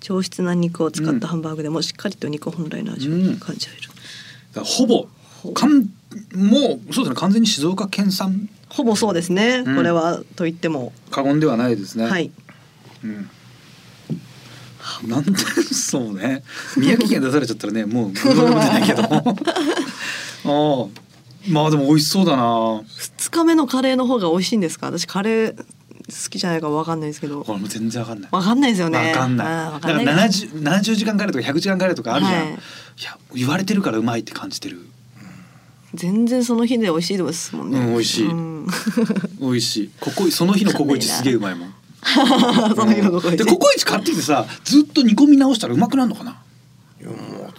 B: 上質な肉を使
A: う
B: っ
A: ん
B: たハンバーグでもしっかりと肉本来の味を感じられる、
A: だからほぼかんもうそうですね完全に静岡県産
B: ほぼそうですね、
A: うん
B: これはと言っても、
A: 過言ではないですね
B: はい
A: うんなんでそうね宮城県出されちゃったらねもうどうにも出ないけ どああまあでも美味しそうだな
B: 2日目のカレーの方が美味しいんですか私カレー好きじゃないからわかんないですけど
A: これもう全然わかんない
B: わかんないですよね
A: わかんない
B: あーわ
A: だか
B: かん
A: ら
B: ない
A: 70 70時間カレーとか100時間カレーとかあるじゃん、
B: は
A: い、
B: い
A: や言われてるからうまいって感じてる
B: 全然その日で美味しいですもんね、
A: うん美味しい
B: ん
A: 美味しいここその日のココイチ
B: わ
A: す
B: か
A: げ
B: んないな
A: えうまいもん
B: その日のここ
A: で
B: で
A: ココイチ買ってきてさずっと煮込み直したらうまくなるのかない
E: やもう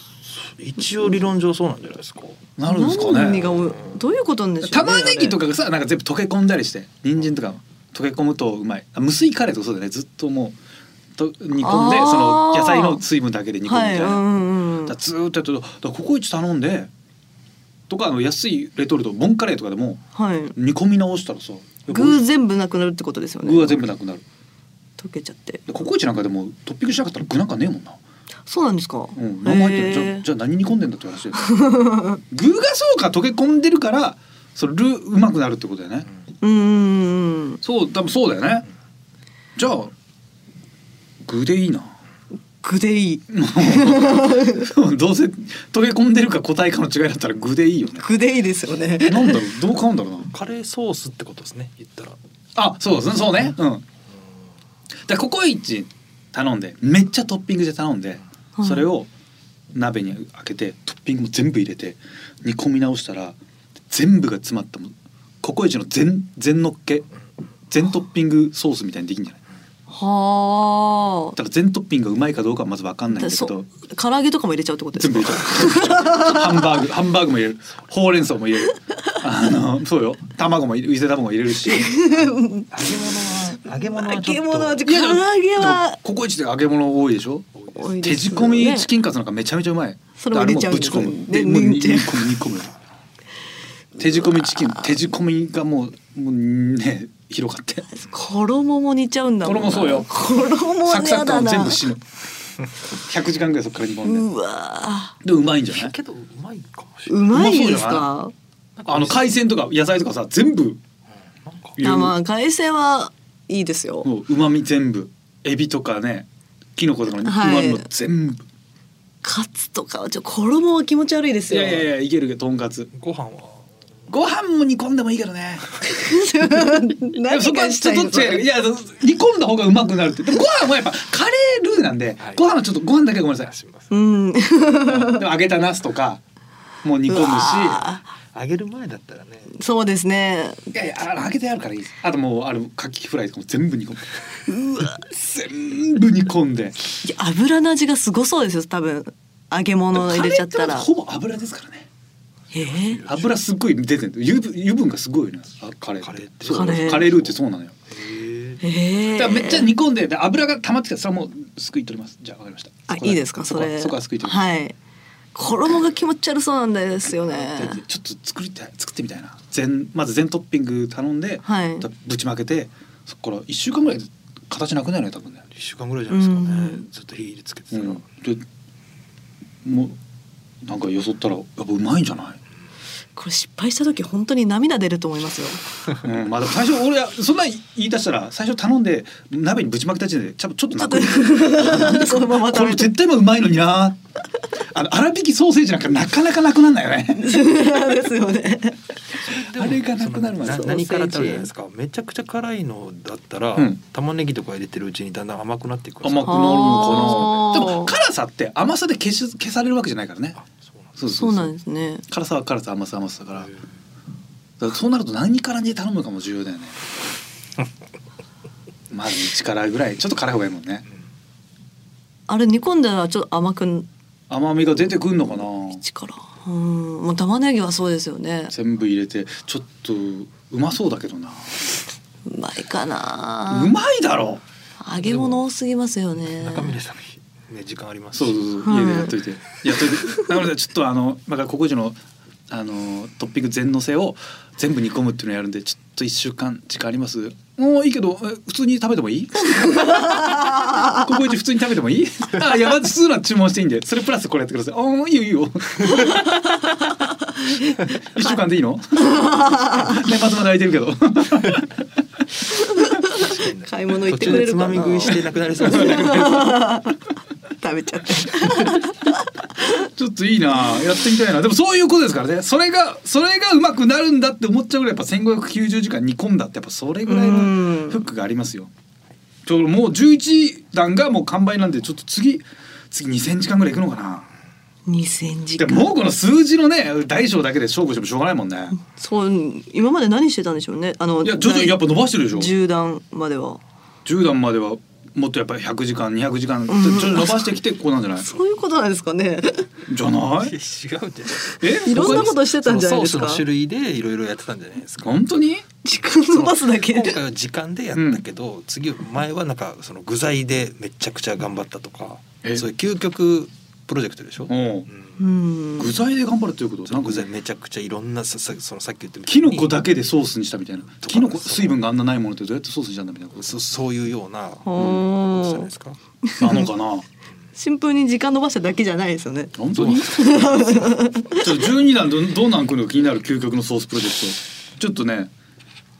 E: 一応理論上そうなんじゃないですか。
A: なるんですかね
B: 何がおどういうことなんでしょうね
A: 玉ねぎとかがさなんか全部溶け込んだりして人参とか溶け込むとうまいあ無水カレーとかそうだよねずっともうと煮込んで
B: あー
A: その野菜の水分だけで煮込むみ
B: は
A: た
B: い
A: いうな、
B: んうんうん
A: だからずーっとやってるとだからココイチ頼んでとかあの安いレトルトボンカレーとかでも
B: はい
A: 煮込み直したらさ
B: 具全部なくなるってことですよね
A: 具は全部なくなる
B: 溶けちゃって
A: でココイチなんかでもトッピングしなかったら具なんかねえもんな
B: そうなんですか、
A: うん何も入ってるじ
B: へ
A: ゃ
B: ー
A: あじゃあ何煮込んでんだって話だよ 具がそうか溶け込んでるからそれルーうまくなるってことだよね、
B: うんうんうん
A: そう多分そうだよねじゃあ具でいいな
B: 具でいい
A: どうせ溶け込んでるか個体かの違いだったら具でいいよね
B: 具でいいですよ ね
A: なんだろうどう買うんだろうな
E: カレーソースってことですね。言ったら。
A: あそうですねそうねうんだからココイチ頼んでめっちゃトッピングで頼んで、
B: はい
A: それを鍋に開けてトッピングも全部入れて煮込み直したら全部が詰まったもんココイチの全全のっけ全トッピングソースみたいにできるんじゃない
B: は
A: だから全トッピングがうまいかどうかはまず分かん
B: あ。
A: ないんだ
B: で
A: け
B: そ
A: ど
B: う唐揚げとかも入れちゃうってことです
A: 全部
B: か。
A: 入れちゃうハンバーグハンバーグも入れるほうれん草も入れるあのそうよ卵も入れゆで卵も入れるしい
E: 揚げ物は
G: 揚
E: ち
G: げ
E: ょっと
G: 物は唐揚げは
A: ココイチで揚げ物多いでしょ
B: 多い
A: 手
B: です
A: 仕
B: ね
A: 込みチキンカツなんかめちゃめちゃうまい。
G: それも入れちゃう
A: あれもぶち込む。
G: ね
A: で、もう
G: ねね
A: 煮込む煮込む。手仕込みチキン手仕込みがもうもうね広がって。
B: 衣も煮ちゃうんだもんな。
A: 衣そうよ
B: 衣は
A: サクサ
B: や
A: ク感
B: だ
A: を全
B: な
A: 部。死ぬ。百時間ぐらいそっから煮込んで。
B: うわ
A: でうまいんじゃない？
E: けどうまいかもし
B: ー。
E: れ
B: う
E: ない。
B: まいです
A: う
B: か。
A: あの海鮮とか野菜とかさ全部
E: なんか
A: 入れ
B: あ
A: る
B: まあ海鮮はいいですよ。
A: もうまみ全部エビとかねキノコとかのう
B: はい
A: まみも全部。
B: カツとかはちょっと衣は気持ち悪いです
A: い
B: よ。
A: やい やいやいけるけどとんかつ。
E: ご飯は
A: ご飯も煮込んでもいいけどね。でも
G: 何
A: そこは
G: がし
A: ちょ
G: た
A: っ
G: い
A: とど
G: の
A: っちがやるいやその煮込んだ方がうまくなるってでもご飯はやっぱカレールーなんで、
E: はい
A: ご飯はちょっとご飯だけはごめんなさ
E: します
B: う。ん。
A: いでも揚げたナスとかもう煮込むし
B: うわ
E: 揚げる前だったらね。
B: そうですね。
A: いやいやあ揚げてあるからいいですあともうあのカキフライとかも全部煮込む全部煮込んで
B: いや油の味がすごそうですよ。多分揚げ物入れちゃった
A: カレー
B: ら
A: て。ほぼ油ですからね
B: えー
A: 油すっごい出てる油分油分がすごいよねあカレー
E: カレー
A: っ
E: ってて
A: そう
B: カ
A: カ
B: レ
A: レ
B: ー
A: ールーってそうなのよ
E: へえ。
B: え
A: だ
B: ー
A: からめっちゃ煮込んでで油が溜まってきたらそれはもうすくい取りますじゃあわかりました
B: あ
A: そこ
B: いいですかそ
A: こは
B: れ。
A: そこはすくい取ります
B: はい。衣が気持ち悪そうなんですよね。
A: ちょっと作りたい作ってみたいな全まず全トッピング頼んで、
B: はい
A: ぶちまけてそこから1週間ぐらいで形なくなるよね多分ね、
E: 一週間ぐらいじゃないですか
B: う
E: ね
B: ん。
E: ずっと火入れつけて
A: う
E: たら。
A: ん、でもうなんかよそったらやっぱうまいんじゃ ない、
B: これ失敗した時本当に涙出ると思い ますよ。
A: うん、まあでも最初俺はそんな言い出したら最初頼んで鍋にぶちまけた時点でちょっとちょっと泣く
B: そのまま
A: こ
B: 食
A: れ
B: べ
A: 絶対もうまいのになあの粗挽きソーセージなんかなかなかなくなんないよね
B: たですよね。
A: あれがなくなるまで
E: な何から食べるじゃないですか。めちゃくちゃ辛いのだったら、
A: うん
E: 玉ねぎとか入れてるうちにだんだん甘くなっていくんですよ
A: 甘くなるのかな
B: あー
A: でも辛さって甘さで消し消されるわけじゃないからね
E: あそうなんです
A: そうそそ
B: そう
A: うう
B: なんですね。
A: 辛さは辛さ甘さは甘さだからだ
E: ね
A: からそうなると何からに頼むかも重要 だよねまず1辛ぐらいちょっと辛い方がいいもんね
B: あれ煮込んだらちょっと甘く
A: 甘みが出てくんのかな
B: 力。うん。もう玉ねぎはそうですよね。
A: 全部入れてちょっとうまそうだけどな
B: うまいかな。
A: うまいだろ
B: 揚げ物多すぎますよね。
E: 中峰さんね時間あります
A: そうそうそう
B: は
A: 家
B: い
A: でやっといてやっといてだからちょっとあのだからココイチのあのトッピング全のせを全部煮込むっていうのをやるんでちょっと1週間時間ありますもういいけどえ普通に食べてもいいココイチ普通に食べてもいいあいやまず普通のは注文していいんでそれプラスこれやってくださいあーいいよいいよ一週間でいいの年末まで空いてるけど
B: 買い物行
E: 途
B: って
E: 中
B: くれ
E: で
B: る
E: つ
B: かな
E: まみ。食いしてなくなりそ うですね
B: 食べちゃって。
A: ちょっといいなやってみたいなでもそういうことですからねそれがそれがうまくなるんだって思っちゃうぐらいやっぱ1590時間煮込んだってやっぱそれぐらいのフックがありますよ。ちょもう11段がもう完売なんでちょっと次次2000時間ぐらいいくのかな。
B: 二千時
A: で
B: 間。
A: ももうこの数字のね大小だけで勝負してもしょうがないもんね。
B: そう今まで何してたんでしょうね。あの
A: いや徐々にやっぱ伸ばしてるでしょ。
B: 十段までは。
A: 10段まではもっとやっぱり100時間200時間ちょ
B: んうん
A: っと伸ばしてきてこうなんじゃない？
B: そういうことなんですかね。
A: じゃない？
E: 違うんじゃない
A: え？
B: いろんなことしてたんじゃないです
E: その
B: か
E: ソースの。種類でいろいろやってたんじゃないですか
A: 本当に？
B: 時間伸ばすだけ
E: 今
B: で。
E: 回は時間でやったけど、次前はなんかその具材でめちゃくちゃ頑張ったとか
A: え
E: そういう究極プロジェクトでしょ、
A: おう
E: うん
B: うん。
A: 具材で頑張るということ。
E: そ
A: な
E: の
A: んか
E: 具材めちゃくちゃいろんなささそのさっき言ってみた
A: キ
E: よう
A: ノ
E: に
A: コだけでソースにしたみたいな。キノコ
E: そう
A: 水分があんなないものってどうやってソースにしたんだみたいなこと
E: そそういうようなことじゃない
B: お
E: ですか
A: なのかな。
B: シンプルに時間伸ばしただけじゃないですよね。
A: 本 当にちょっと12段どどうなんくるのか気になる究極のソースプロジェクトちょっとね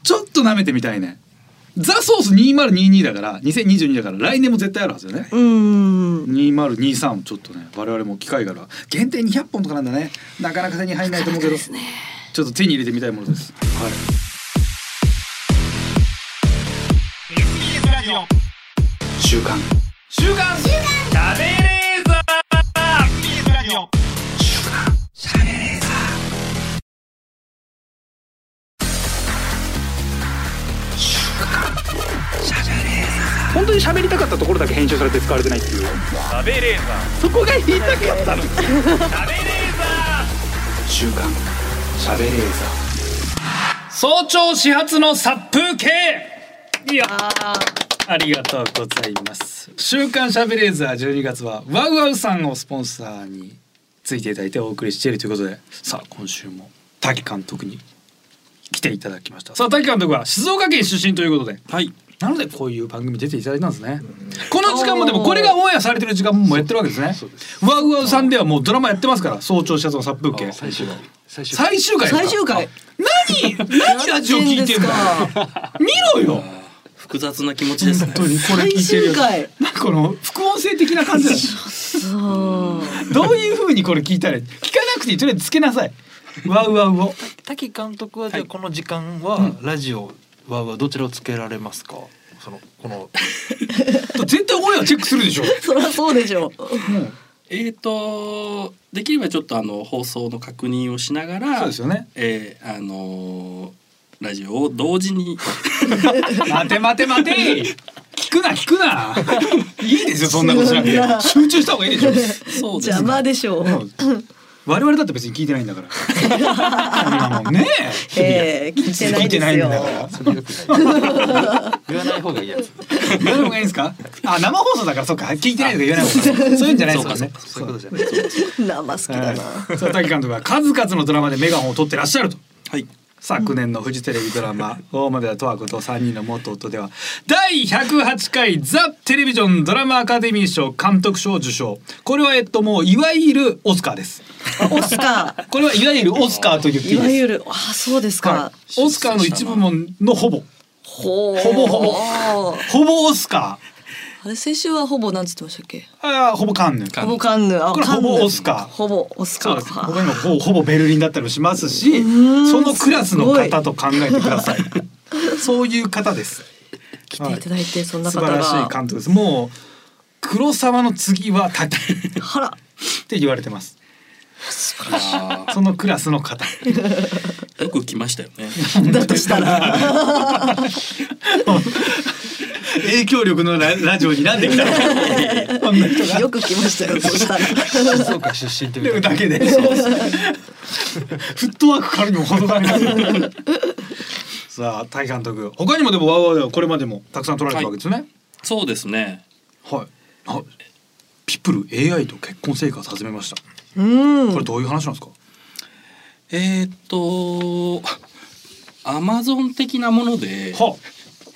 A: ちょっと舐めてみたいねザソース2022だから2022だから来年も絶対あるはずよね
B: うーん。
A: 2023ちょっとね我々も機会がある限定200本とかなんだねなかなか手に入らないと思うけどちょっと手に入れてみたいものですはい週刊週刊
C: 本当に喋りたかったところだけ編集されて使われてないっていう
A: そこが言いたかったの
C: 週刊喋れーザー
A: 早朝始発の殺風景いやありがとうございます週刊シャベレーザー12月はワウワウさんをスポンサーについていただいてお送りしているということでさあ今週も滝監督に来ていただきましたさあ滝監督は静岡県出身ということではいなのでこういう番組出ていただいたんですねこの時間もでもこれがオンエアされてる時間ももうやってるわけですねワウワウさんではもうドラマやってますから早朝始発の殺風景
E: 最終回最終
A: 最終回で
E: 回
A: すか
B: 最終回
A: 何何ラジオ聞いてんだよ見ろよ
H: 複雑な気持ちですね
A: 本当にこれ聞いてるよ
B: 最終回
A: なんかこの副音声的な感じだよどういう風にこれ聞いたらいい聞かなくていいとりあえずつけなさいワウワウを
I: 滝監督はじゃあこの時間はラジオははどちらをつけられますか。そのこ の
A: 絶対オンエアチェックするでしょ
B: そりゃそうでしょう。
H: えっとできればちょっとあの放送の確認をしながら
A: そうですよね
H: えーあのーラジオを同時に
A: 待て待て待て聞くな聞くないいですよそんなことしなくて集中した方がいいでしょ
H: そうです
B: 邪魔でしょう。
A: 我々だって別に聞いてないんだ からそんなもんね
B: ええ聞いてない
A: 聞いて
B: で
A: な
B: す
A: いん
B: よ
A: だ。から
E: それ良くない言わない方がいいやつ
A: 言わない方がいいんですか？あ、生放送だからそっか聞いてないとか言わない方がいい。そういうんじゃないですもんね。
I: そういうことじゃないです
B: 生好きだな。
A: はいさあ滝監督は数々のドラマでメガホンを取ってらっしゃると。
H: はい
A: 昨年のフジテレビドラマ「大豆田十和子と3人の元夫」では第108回ザ・テレビジョンドラマアカデミー賞監督賞受賞これはえっともういわゆるオスカーです
B: あオスカー。
A: これはいわゆるオスカーと言ってい
B: い
A: い
B: わ
A: です
B: ゆるあそうですか
A: は。いオスカーの一部門のほぼ
D: ほ
A: ほぼほぼ
D: ぼ
A: ほぼオスカ
D: あれ先週はほぼなんつってましたっけ
A: ーあーほぼカンヌ
B: ほぼカンヌ。あ
A: これ
B: カン
A: ほ
B: ヌ
A: ぼオスカー
D: ほぼオスカ
A: そう
D: ー
A: です他にもほほぼベルリンだったりもしますし
B: ーん
A: そのクラスの
B: すごい
A: 方と考えてくださいそういう方です
D: 来ていただいてそんな
A: 素
D: 方
A: 晴らしい
D: が
A: 監督ですもう黒沢の次は滝っ
B: はら。
A: て言われてますそのクラスの方
H: よく来ましたよね
B: だとしたら。
A: 影響力のララジオになんできたのこんな人が
B: よく来ましたよ。そしたら。
E: 静岡出身っ て
A: で
E: いう
A: も
E: の
A: だけでフットワークからにも程がありま すさあ大監督他にもでもワウワウではこれまでもたくさん撮られてるわけですね、
H: そうですね
A: はい。あ、ピプル AI と結婚生活始めました。
B: うん。
A: これどういう話なんですか。
H: えーっとアマゾン的なもので
A: は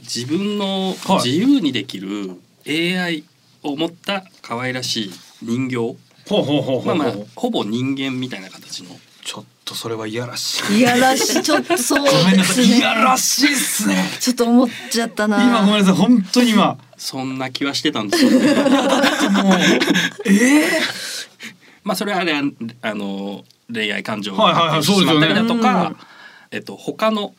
H: 自分の
A: はい
H: 自由にできる AI を持った可愛らしい人形
A: あ、ほうほうほうほうほう。
H: まあまあほぼ人間みたいな形の
A: ちょっとそれはいやらしい。
D: いやらしいちょっとそう
A: ごめん
D: で
A: なさ
D: す
A: い。い
D: ね
A: やらしいっすね。
D: ちょっと思っちゃったな
A: 今ごめんなさい。本当に今。
H: そんな気はしてたんですよ ね。
A: もう。ええ
H: まあそれはあれあの恋愛感情
A: はいはいはい
H: がしまったりだと
A: そうですよ
H: か、えっと他の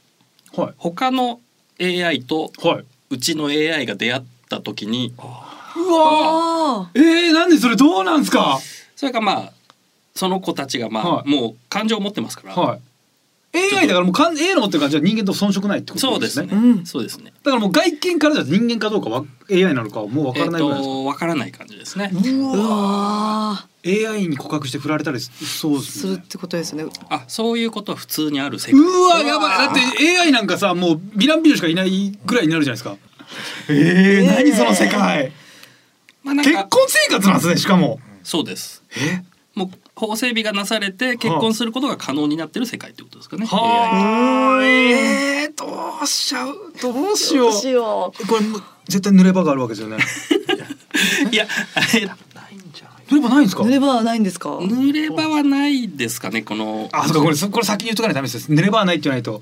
A: はい。
H: 他の AI と
A: はい。
H: うちの AI が出会った時に、
A: うわあ。
D: あ
A: ええなんでそれどうなんですか。
H: それがまあその子たちがまあ、
A: はい
H: もう感情を持ってますから、
A: はい。AI だからもうかん AI の持ってる感じは人間と遜色ないってこ
H: そ
A: と
H: う
A: で
H: ですす
A: ね。
H: ね。
B: うん
H: そうですね。
A: だからもう外見からじゃ人間かどうかは AI なのかはもうわか
H: えっ
A: らないぐらいです
H: とわからない感じですね。
A: か。
D: ーう
A: うわ
D: わ
A: AI に告白して振られたりしそうです
B: す
A: もん
B: る
A: ね
B: っ。てことですね。
H: あそういうことは普通にある世界。
A: うわやばいだって AI なんかさもうヴィランビルしかいないぐらいになるじゃないですかええ
B: ねえ
A: 何その世界
H: まあなん
A: 結
H: か
A: 婚生活なんですねしかも
H: そうです。
A: え
H: もう法整備がなされて結婚することが可能になってる世界ってことですかね。AI
A: はーええどうしちゃうどうしよ
D: ど
A: う
D: うしよ
A: これもう絶対濡れ場があるわけですよね
H: いや、えっと
A: 濡れ場ないんですか
B: 塗ればないんですか。
H: 濡れ場はないですかねこの
A: あそうかこれそこれ先に言っとかないとダメです濡れ場はないって言わないと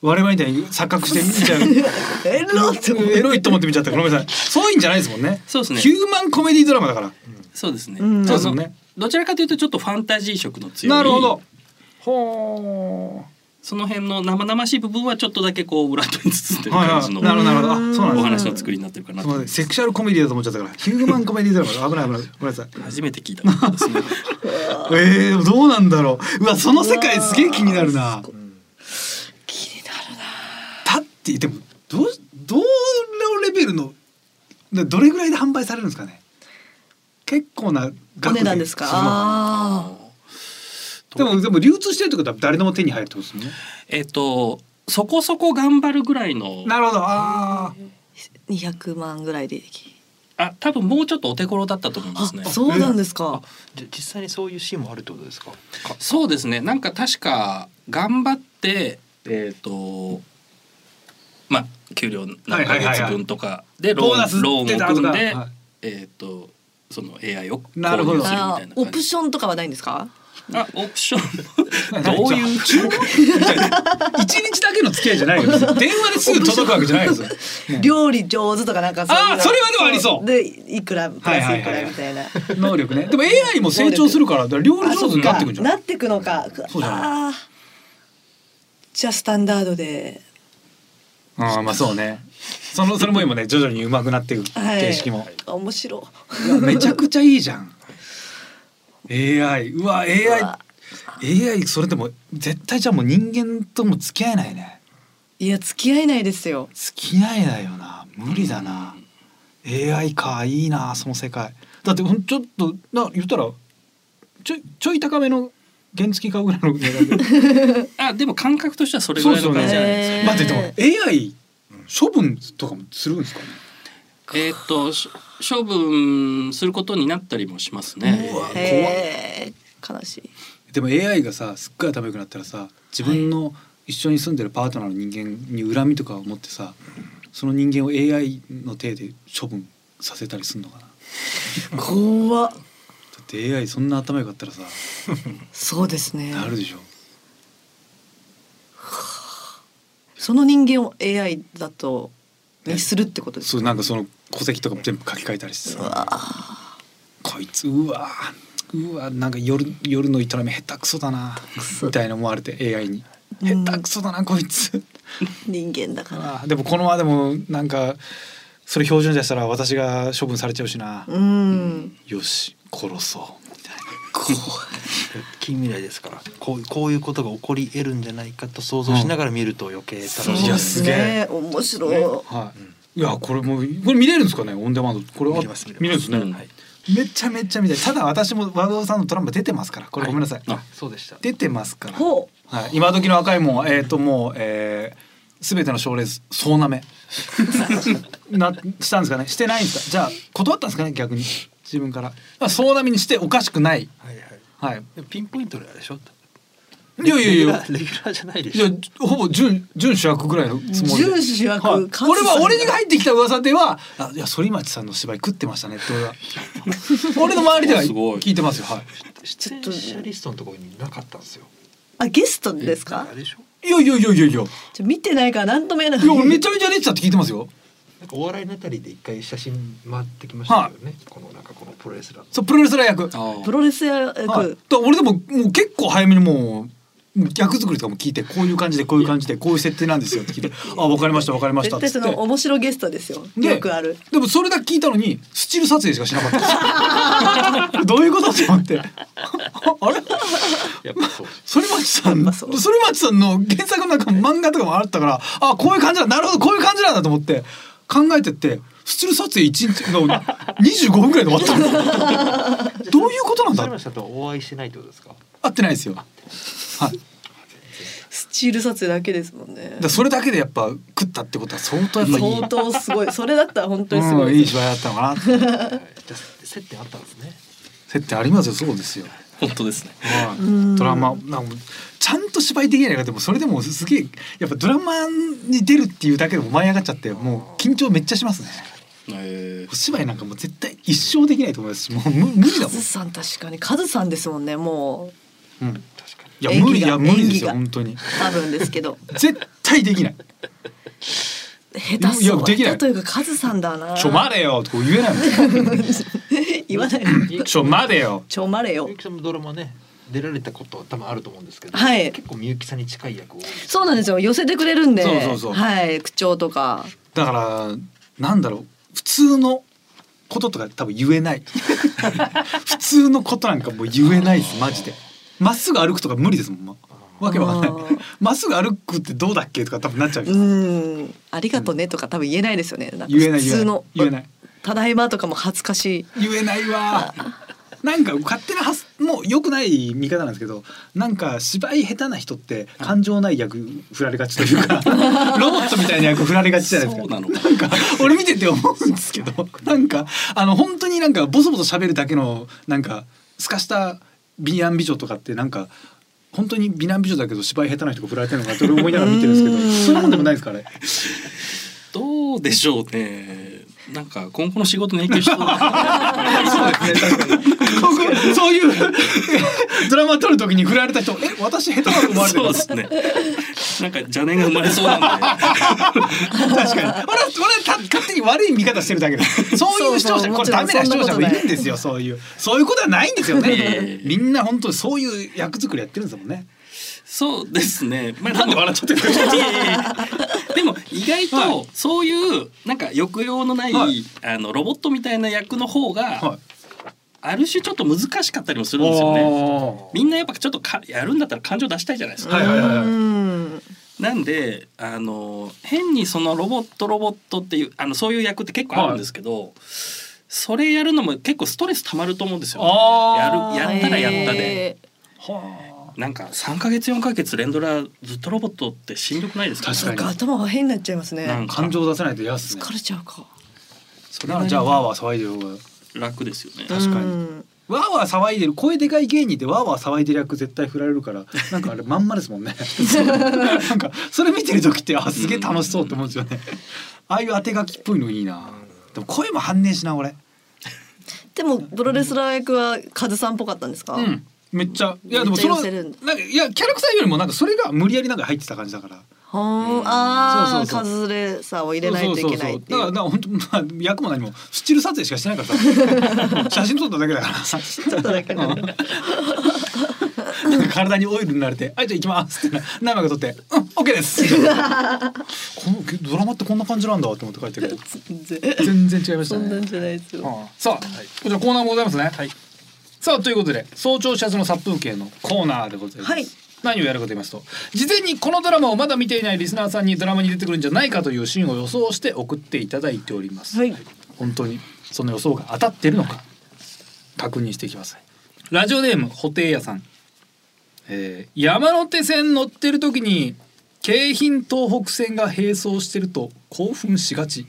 A: 我々みたいに錯覚 して見ちゃう
B: えロって思う。
A: エロいと思って見ちゃったからごめんなさいそういうんじゃないですもんね
H: そうですね
A: ヒューマンコメディドラマだから
H: そうですね、
B: うん
H: あの
A: そうですね
H: どちらかというとちょっとファンタジー色の強い
A: なるほどほ
H: その辺の生々しい部分はちょっとだけこう裏取り包んで
A: う
H: る
A: はい
H: 感
A: は
H: じ
A: い
H: の
A: なるほどなるほどあそうなんですね
H: お話の作りになってるかな
A: す
H: と
A: みませんセクシャルコメディだと思っちゃったからヒューマンコメディドラマだ危ない危ないごめんなさい
H: 初めて聞いたものですね
A: えー、どうなんだろううわその世界すげえ気になるな気になるなだってでもどうどのレベルのでどれぐらいで販売されるんですかね。結構な
B: お
A: 額
B: 値段ですか。あ
A: でもでも流通してるってことは誰でも手に入るってことですね。
H: えっとそこそこ頑張るぐらいの
A: なるほど。ああ。
D: 二百万ぐらいで。
H: あ多分もうちょっとお手頃だったと思いま
D: あ
H: すね、
D: そうなんですか。
I: じゃ実際にそういうシーンもあるってことですか。
H: そうですねなんか確か頑張ってえっ、とまあ給料何ヶ月分とかでローン,、
A: ボーナス
H: ローン
A: 出た
H: を組ん
A: 後
H: で、
A: だはい
H: えっ、とその AI を購入するみ
A: なるほど
H: たいな
D: あ
H: 感じ
D: オプションとかはないんですか。
H: あオプ ションどういう
A: 一日だけの付き合いじゃないよ。 電話ですぐ届くわけじゃないですよ。
B: 料理上手とかなんかいうの
A: あーそれはでもありそう
B: でいくらプラスいく
A: はいはいはい
B: ら
A: はい
B: みたいな。
A: 能力ね。でも AI も成長するから、だから料理上手になってくんじゃな。
B: ないってくのか。
A: そうじゃない
B: あーじゃあスタンダードで。
A: ああまあそうね。そのそれも今ね徐々に上手くなっていく
B: はい
A: 形式も。
B: あ面白
A: いやめちゃくちゃいいじゃん。AI うわ AI
D: うわ
A: AI それでも絶対じゃあもう人間とも付き合えないね。
B: い。いや付き合えないですよ。
A: 付き合えないよな無理だな、AI かいいなその世界だってほんちょっとな言ったらちょいちょい高めの原付買うぐらいの値段で
H: あでも感覚としてはそれぐらいの感じじゃないですか
D: へー
A: 待ってでも AI 処分とかもするんですかね
H: えっ、とし処分することになったりもしますね
A: うわ怖
D: へえ。悲しい。
A: でも AI がさすっごい頭良くなったらさ自分の一緒に住んでるパートナーの人間に恨みとかを持ってさその人間を AI の手で処分させたりするのかなだ
B: 怖っ。
A: って AI そんな頭良かったらさ
D: そうですね
A: なるでしょ
D: その人間を AI だとにするってことです
A: そうなんかその戸籍とかも全部書き換えたりしてさこいつうわうわなんか夜夜の営み下手くそだなみたいな思われて AI に
D: うん
A: 下手くそだなこいつ
D: 人間だから。
A: あーでもこのままでもなんかそれ標準じゃしたら私が処分されちゃうしな
D: うん。
A: よし殺そうみたいな
I: 近未来ですから、こうこういうことが起こり得るんじゃないかと想像しながら見ると余計楽しい
D: そう
A: い
I: で
A: や
I: す。
A: すげ
D: ね。面白い。
A: はい、いやこれもうこれ見れるんですかねオンデマンドこれは
I: 見れます
A: 見
I: 見
A: れ
I: れ
A: る
I: ま
A: んですすね、
H: うん
I: はい
A: めちゃめちゃ見たいただ私も和道さんのトランプ出てますからこれごめんなさい、
I: あ、そうでした。
A: 出てますから。
B: ほ
A: はい、今時の赤いもんは、えっ、と、もう、えー、すべての賞レース、総なめ。 な、したんですかね、してないんですか、じゃあ、断ったんですかね、逆に。自分から、まあ、総なめにして、おかしくない。
I: はいはい。
A: はい。
I: でもピンポイントであれでしょ。
A: いやいやい
I: レギ
A: や
I: ュラーレギュラーじゃないで
A: い
I: しょ
A: や。、ほぼ準、準主役ぐらいのつもりで。
B: 準主役
A: はい
B: カズさん
A: これは俺に入ってきた噂では、あ、いや、反町さんの芝居食ってましたねって、 俺は。俺の周りでは、
H: すごい
A: 聞いてますよ。はい。
I: 出演者リストのところになかったんですよ。
B: あゲストです
I: あ
B: か。
I: れでしょ。
A: いやいやいやいやいや、い
B: ちょ見てないからなんとも言えない。
A: や、俺めちゃめちゃ出てたって聞いてますよ。
I: なんかお笑いのあたりで一回写真回ってきましたよね。このなんかこのプロレスラーの。
A: そう、プロレスラー役。
H: あ
B: プロレス役。
A: はい、だから俺でももう結構早めにもう役作りとかも聞いてこういう感じでこういう感じでこういう設定なんですよって聞いて「あ分かりました分かりました」
B: 絶
A: っつ
B: 対そ
A: っ
B: の
A: て。
B: 面白ゲストですよ。
A: で
B: よくある。
A: でもそれだけ聞いたのにスチール撮影しかしなかった んですよどういうことと思ってあれ
I: やっぱそうです。
A: 反町さん反
B: まあそう
A: 町さんの原作のなんか漫画とかもあったからあこういう感じだなるほどこういう感じなんだと思って考えてってスチール撮影1日の25分ぐらいで終わったん ですよどういうことなんだ
I: それさんとはお会いしてないってことですか。
A: 合ってないですよ。はい
B: スチール撮影だけですもんね
A: だか。らそれだけでやっぱ食ったってことは相当やっぱいい
B: 相当すごい。それだったら本当にすご
A: うん
B: い。
A: いい芝居だったのかな
I: はいじゃあ接点あったんですね。
A: 接点ありますよそうですよ、
H: 本当ですね
A: はい、ドラマなんかちゃんと芝居できないからでもそれでもすげえやっぱドラマに出るっていうだけでも舞い上がっちゃってもう緊張めっちゃしますね
H: え
A: お芝居なんかもう絶対一生できないと思いますしもう無無理だ
D: カ
A: も、
D: ズさん確かにカズさんですもんねもうん
A: うん、い
I: 確かに。
A: や
D: 演技が
A: 無理いや無理ですよ
D: 演技が
A: 本当に
D: 多分です けど
A: 絶対できない
D: 下手
A: いや
D: そう
A: できな
D: 下
A: い
D: 手というかカズさんだな。
A: ち ょ待れよとか言えない
B: 言わない。
A: もんちょ待れよ
B: ちょまれよ
I: みゆ。きさんもドラマね出られたことは多分あると思うんですけど、
B: はい
I: 結構みゆきさんに近い役多いです
D: そうなんですよ寄せてくれるんで。
A: そうそうそう
D: はい口調とか。
A: だからなんだろう普通のこととか多分言え ない普通のことなんかもう言えないですマジでまっすぐ歩くとか無理ですもん、ま、わけわかんな
D: あ
A: い
D: ー
A: まっすぐ歩くってどうだっけとか多分なっちゃう
D: うんありがとねとか多分言えないですよね。なんか
A: 言えない
D: 普通の
A: 言えない
D: 多ただいまとかも恥ずかしい。
A: 言えないわ。なんか勝手なはすもう良くない見方なんですけどなんか芝居下手な人って感情ない役振られがちというか ロボットみたいな役振られがちじゃないですか
H: そうなのか
A: んか俺見てて思うんですけどなんかあの本当になんかボソボソ喋るだけのなんかすかした美男美女とかってなんか本当に美男美女だけど芝居下手な人が振られてるのかって俺思いながら見てるんですけどそういうもんでもないですかね。
H: どうでしょうね。なんか今後の仕事に影響しそうだ
A: そうですね確かに僕そういうえドラマ撮るときに振られた人え私下手だと 思
H: な。
A: われて
H: そう
A: ま
H: ですすね。なんか邪念が生まれそうなんで。
A: 確かに俺は俺はた勝手に悪い見方してるだけでそういう視聴
D: そうそ
A: 者
D: う
A: これダメな視聴者もい
D: もちろんそんなことない
A: るんですよそういうそういうことはないんですよ
H: いやいやいや
A: ねみんな本当にそういう役作りやってるんですもんね
H: そうです ね。まあ
A: なんで笑っちゃってるんですか
H: いやいやいや でも意外
A: は
H: とそういうなんか抑揚のない、
A: はい
H: あのロボットみたいな役の方
A: は
H: が
A: い
H: ある種ちょっと難しかったりもするんですよね。
A: お
H: みんなやっぱちょっとかやるんだったら感情出したいじゃないです
A: ー
H: か。
A: はいはいはいは
D: う
A: い
D: ん。
H: なんであの変にそのロボットロボットっていうあのそういう役って結構あるんですけど、それやるのも結構ストレス溜まると思うんですよ、
A: あー
H: やるやったらやったで、
D: え
A: は
H: なんか3か月4か月連ドラずっとロボットってしんどくないですか,、
D: ー。
A: 確
D: そ
A: か
D: っ
A: に
D: か頭が変になっちゃいますね。
H: なん
A: あ
H: か
A: 感情出せないと嫌ですね
D: 疲れちゃうか。
A: それならじゃあわーわー騒いでる方が
H: 楽ですよね。
A: 確かに
D: うん
A: わーわー騒いでる声でかい芸人ってわーわー騒いでる役絶対振られるからなんかあれまんまですも んねなんかそれ見てる時ってあすげえ楽しそうって思うんですよねああいう当て書きっぽいのいいなでも声も反応しな俺
D: でもプロレスラー役はカズさんっぽかったんですか。
A: うんめっちゃいやでもその
D: めっちゃ寄せる
A: な
D: ん
A: んかいやキャラクターよりもなんかそれが無理やりなんか入ってた感じだから
D: はーあ
A: そう
D: あ
A: そうそう
D: カズレさを入れないといけないってい
A: そううそうそうだからだ。から本当まあ役も何もスチール撮影しかしてないから さ写真撮っただけだから写真撮っただけ体にオイル塗られて「はいじゃあ行きます」って何枚か撮って「うんオッケーです」 このドラマってこんな感じなんだって思って 帰ってくる
D: 全然
A: 全然違いました
D: そんなん
A: ね
D: じゃないですよ。
A: ああさあ、こちらコーナーもございますねさあということで早朝始発の殺風景のコーナーでございます、
D: はい
A: 何をやるかと言いますと事前にこのドラマをまだ見ていないリスナーさんにドラマに出てくるんじゃないかというシーンを予想して送っていただいております、
D: はい
A: 本当にその予想が当たってるのか確認していきますラジオネーム布袋屋さん、えー山手線乗ってる時に京浜東北線が並走してると興奮しがち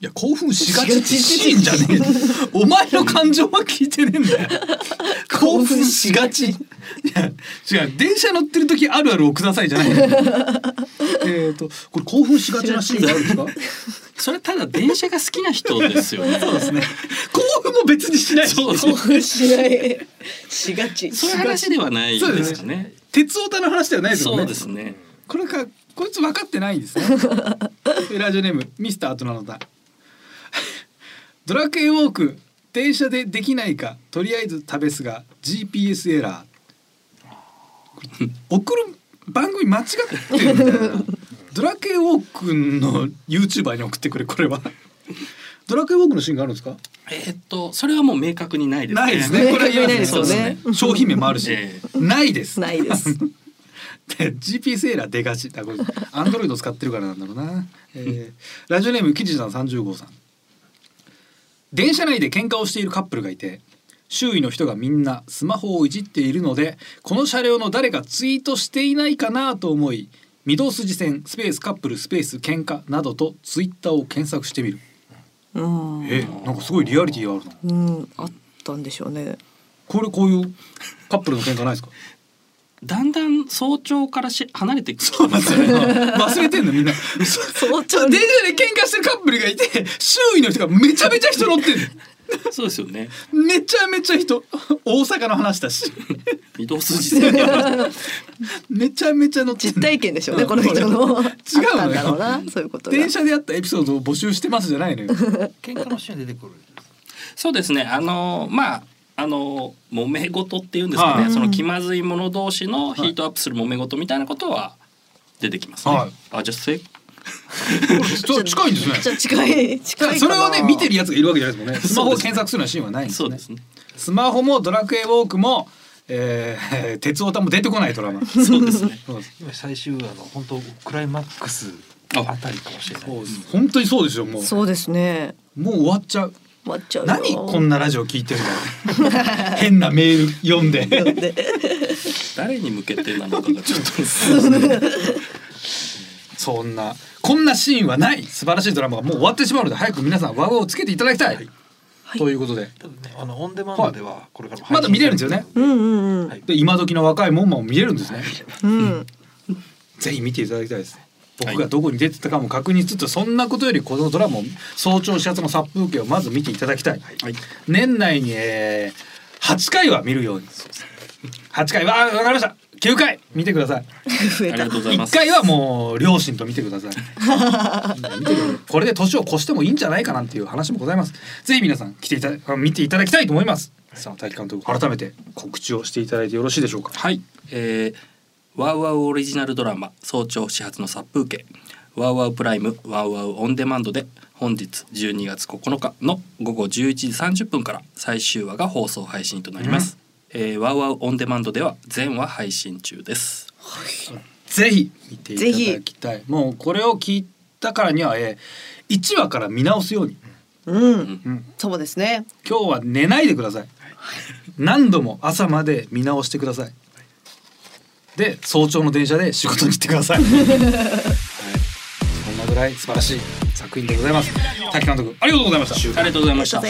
A: いや興奮しがちってシーンじゃねえ お前の感情は聞いてねえんだよ 興奮しがちいや違う電車乗ってる時あるあるをくださいじゃない えっとこれ興奮しがちなシーンがあるんですか
H: それただ電車が好きな人ですよね。そうです ね。
A: 興奮も別にしないし
H: そう
D: 興奮しないしがち。
H: そういう話ではない
A: そう
H: で
A: ですす
H: よね
A: ね。鉄オタの話ではないですもん
H: そ
A: ね
H: うですね。
A: これかこいつ分かってないん ですねえラジオネームミスターとなのだドラクエウォーク電車でできないかとりあえず試すが GPS エラ ー送る番組間違ってるみたいなドラクエウォークの YouTuber に送ってくれこれ はドラクエウォークのシーンがあるんですか
H: えーっとそれはもう明確にないですね。
A: ないですね。これは言わないです
D: 明確にな
A: ね
D: いですよね
A: 商品名もあるし
H: え、
A: ない です。
D: ないです。
A: で GPS エラー出がちだこれアンドロイド使ってるからなんだろうな、えーラジオネームキジさん30号さん電車内で喧嘩をしているカップルがいて周囲の人がみんなスマホをいじっているのでこの車両の誰かツイートしていないかなと思い御堂筋線スペースカップルスペース喧嘩などとツイッターを検索してみる
D: うん
A: えなんかすごいリアリティがあるな
D: うんあったんでしょうね。
A: これこういうカップルの喧嘩ないですか
H: だんだん早朝からし離れていく。
A: そうなんですよね。 忘れてんのみんな。
D: 早朝
A: 電車で喧嘩してるカップルがいて、周囲の人がめちゃめちゃ人乗ってる。
H: そうですよね。
A: めちゃめちゃ人。大阪の話だし。
H: 移動 筋で。
A: めちゃめちゃ乗ってん
D: 実
A: の
D: 体験でしょうねこの人の。違
A: 違う
D: った
A: の
D: んだろう
A: よ
D: な。そういうことが。
A: 電車であったエピソードを募集してますじゃないの よ。
I: 喧嘩のシーン出てくる
H: そうですね。あのまあ。あの揉め事っていうんですかね、
A: はい
H: その気まずい者同士のヒートアップする揉め事みたいなことは出てきますね。
A: はい
H: あじゃあせ
A: そう近いんですね。
D: じゃあ近い近いかな。
A: それをね見てるやつがいるわけじゃないですもんね。スマホを
H: そうです
A: 検索するようなシーンはないんです
H: そう
A: ね
H: で。すね。
A: スマホもドラクエウォークも、え ー、鉄オタも出てこないドラマ。
H: そうですね。
A: そうです
I: 今最終話の本当クライマックスあたりかもしれない
A: そうです本当にそうですよもう
D: そうですね。
A: もう終わっちゃう
D: 終わっちゃうよ。
A: 何こんなラジオ聞いてんだよ 変なメール読んで
H: 誰に向けてなのかがちょ っと
A: そんなこんなシーンはない素晴らしいドラマがもう終わってしまうので早く皆さんワウワウをつけていただきたい、ということで
I: 多分ねあのオンデマンドではこれからも
A: まだ見れるんですよね
D: うんうんうん。
I: はい
A: で今時の若いもんまも見れるんですね
D: うん。
A: ぜひ見ていただきたいですね僕がどこに出てたかも確認しつつ、そんなことよりこのドラマを早朝始発の殺風景をまず見ていただきたい、年内に、えー、8回は見るように8回はあわかりました9回見てください
D: 増
H: あ
D: え
H: り
D: た
H: が。とうございま
A: 一
H: す。
A: 回はもう両親と見てく ださい。見てくださいこれで年を越してもいいんじゃないかなっていう話もございます。ぜひ皆さん来ていただ見ていただきたいと思います。さあ大樹監督改めて告知をしていただいてよろしいでしょうか。
H: はい、えー、ワウワウオリジナルドラマ早朝始発の殺風景ワウワウプライムワウワウオンデマンドで本日12月9日の午後11時30分から最終話が放送配信となります、えーワウワウオンデマンドでは全話配信中です
A: ぜひ見ていただきたい。もうこれを聞いたからには、えー、1話から見直すように。
D: うん。
A: うん
D: そうですね。
A: 今日は寝ないでください。何度も朝まで見直してください。で早朝の電車で仕事に行ってください。はい、そんなぐらい素晴らしい作品でございます。滝監督ありがとうございました。
H: ありがとうございました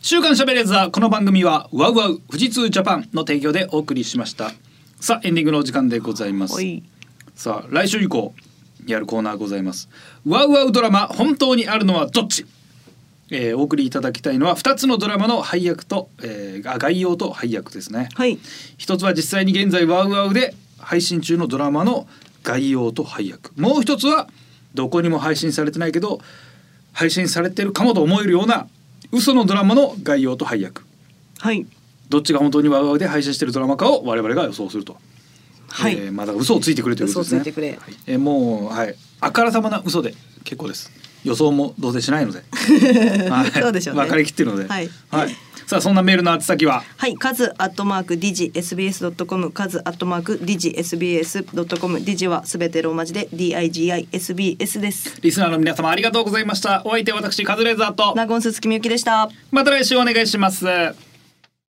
A: 週刊しゃべれーザーこの番組はワウワウ富士通ジャパンの提供でお送りしましたさあエンディングのお時間でございます
D: はい。
A: さあ来週以降やるコーナーございますワウワウドラマ本当にあるのはどっちえー、お送りいただきたいのは2つのドラマの配役と、えー、あ概要と配役ですね
D: はい。
A: 一つは実際に現在ワウワウで配信中のドラマの概要と配役もう一つはどこにも配信されてないけど配信されてるかもと思えるような嘘のドラマの概要と配役
D: はい。
A: どっちが本当にワウワウで配信してるドラマかを我々が予想すると、
D: はい
A: えーまだ嘘をついてくれということ
D: 嘘を
A: で
D: つ
A: すね
D: いてくれ。
A: えーもうはいあからさまな嘘で結構です予想もどうせしないので、 はい
D: そうでしょうね
A: 分かりきってるので、
D: はい
A: さあそんなメールの宛先は
D: はい、カズアットマークディジ SBS ドットコム、カズアットマークディジ SBS ドットコム、ディジはすべてローマ字で D I G I S B S です。
A: リスナーの皆様ありがとうございましたお相手は私カズレーザーと
D: ナゴンス月みゆきでした。
A: また来週お願いします。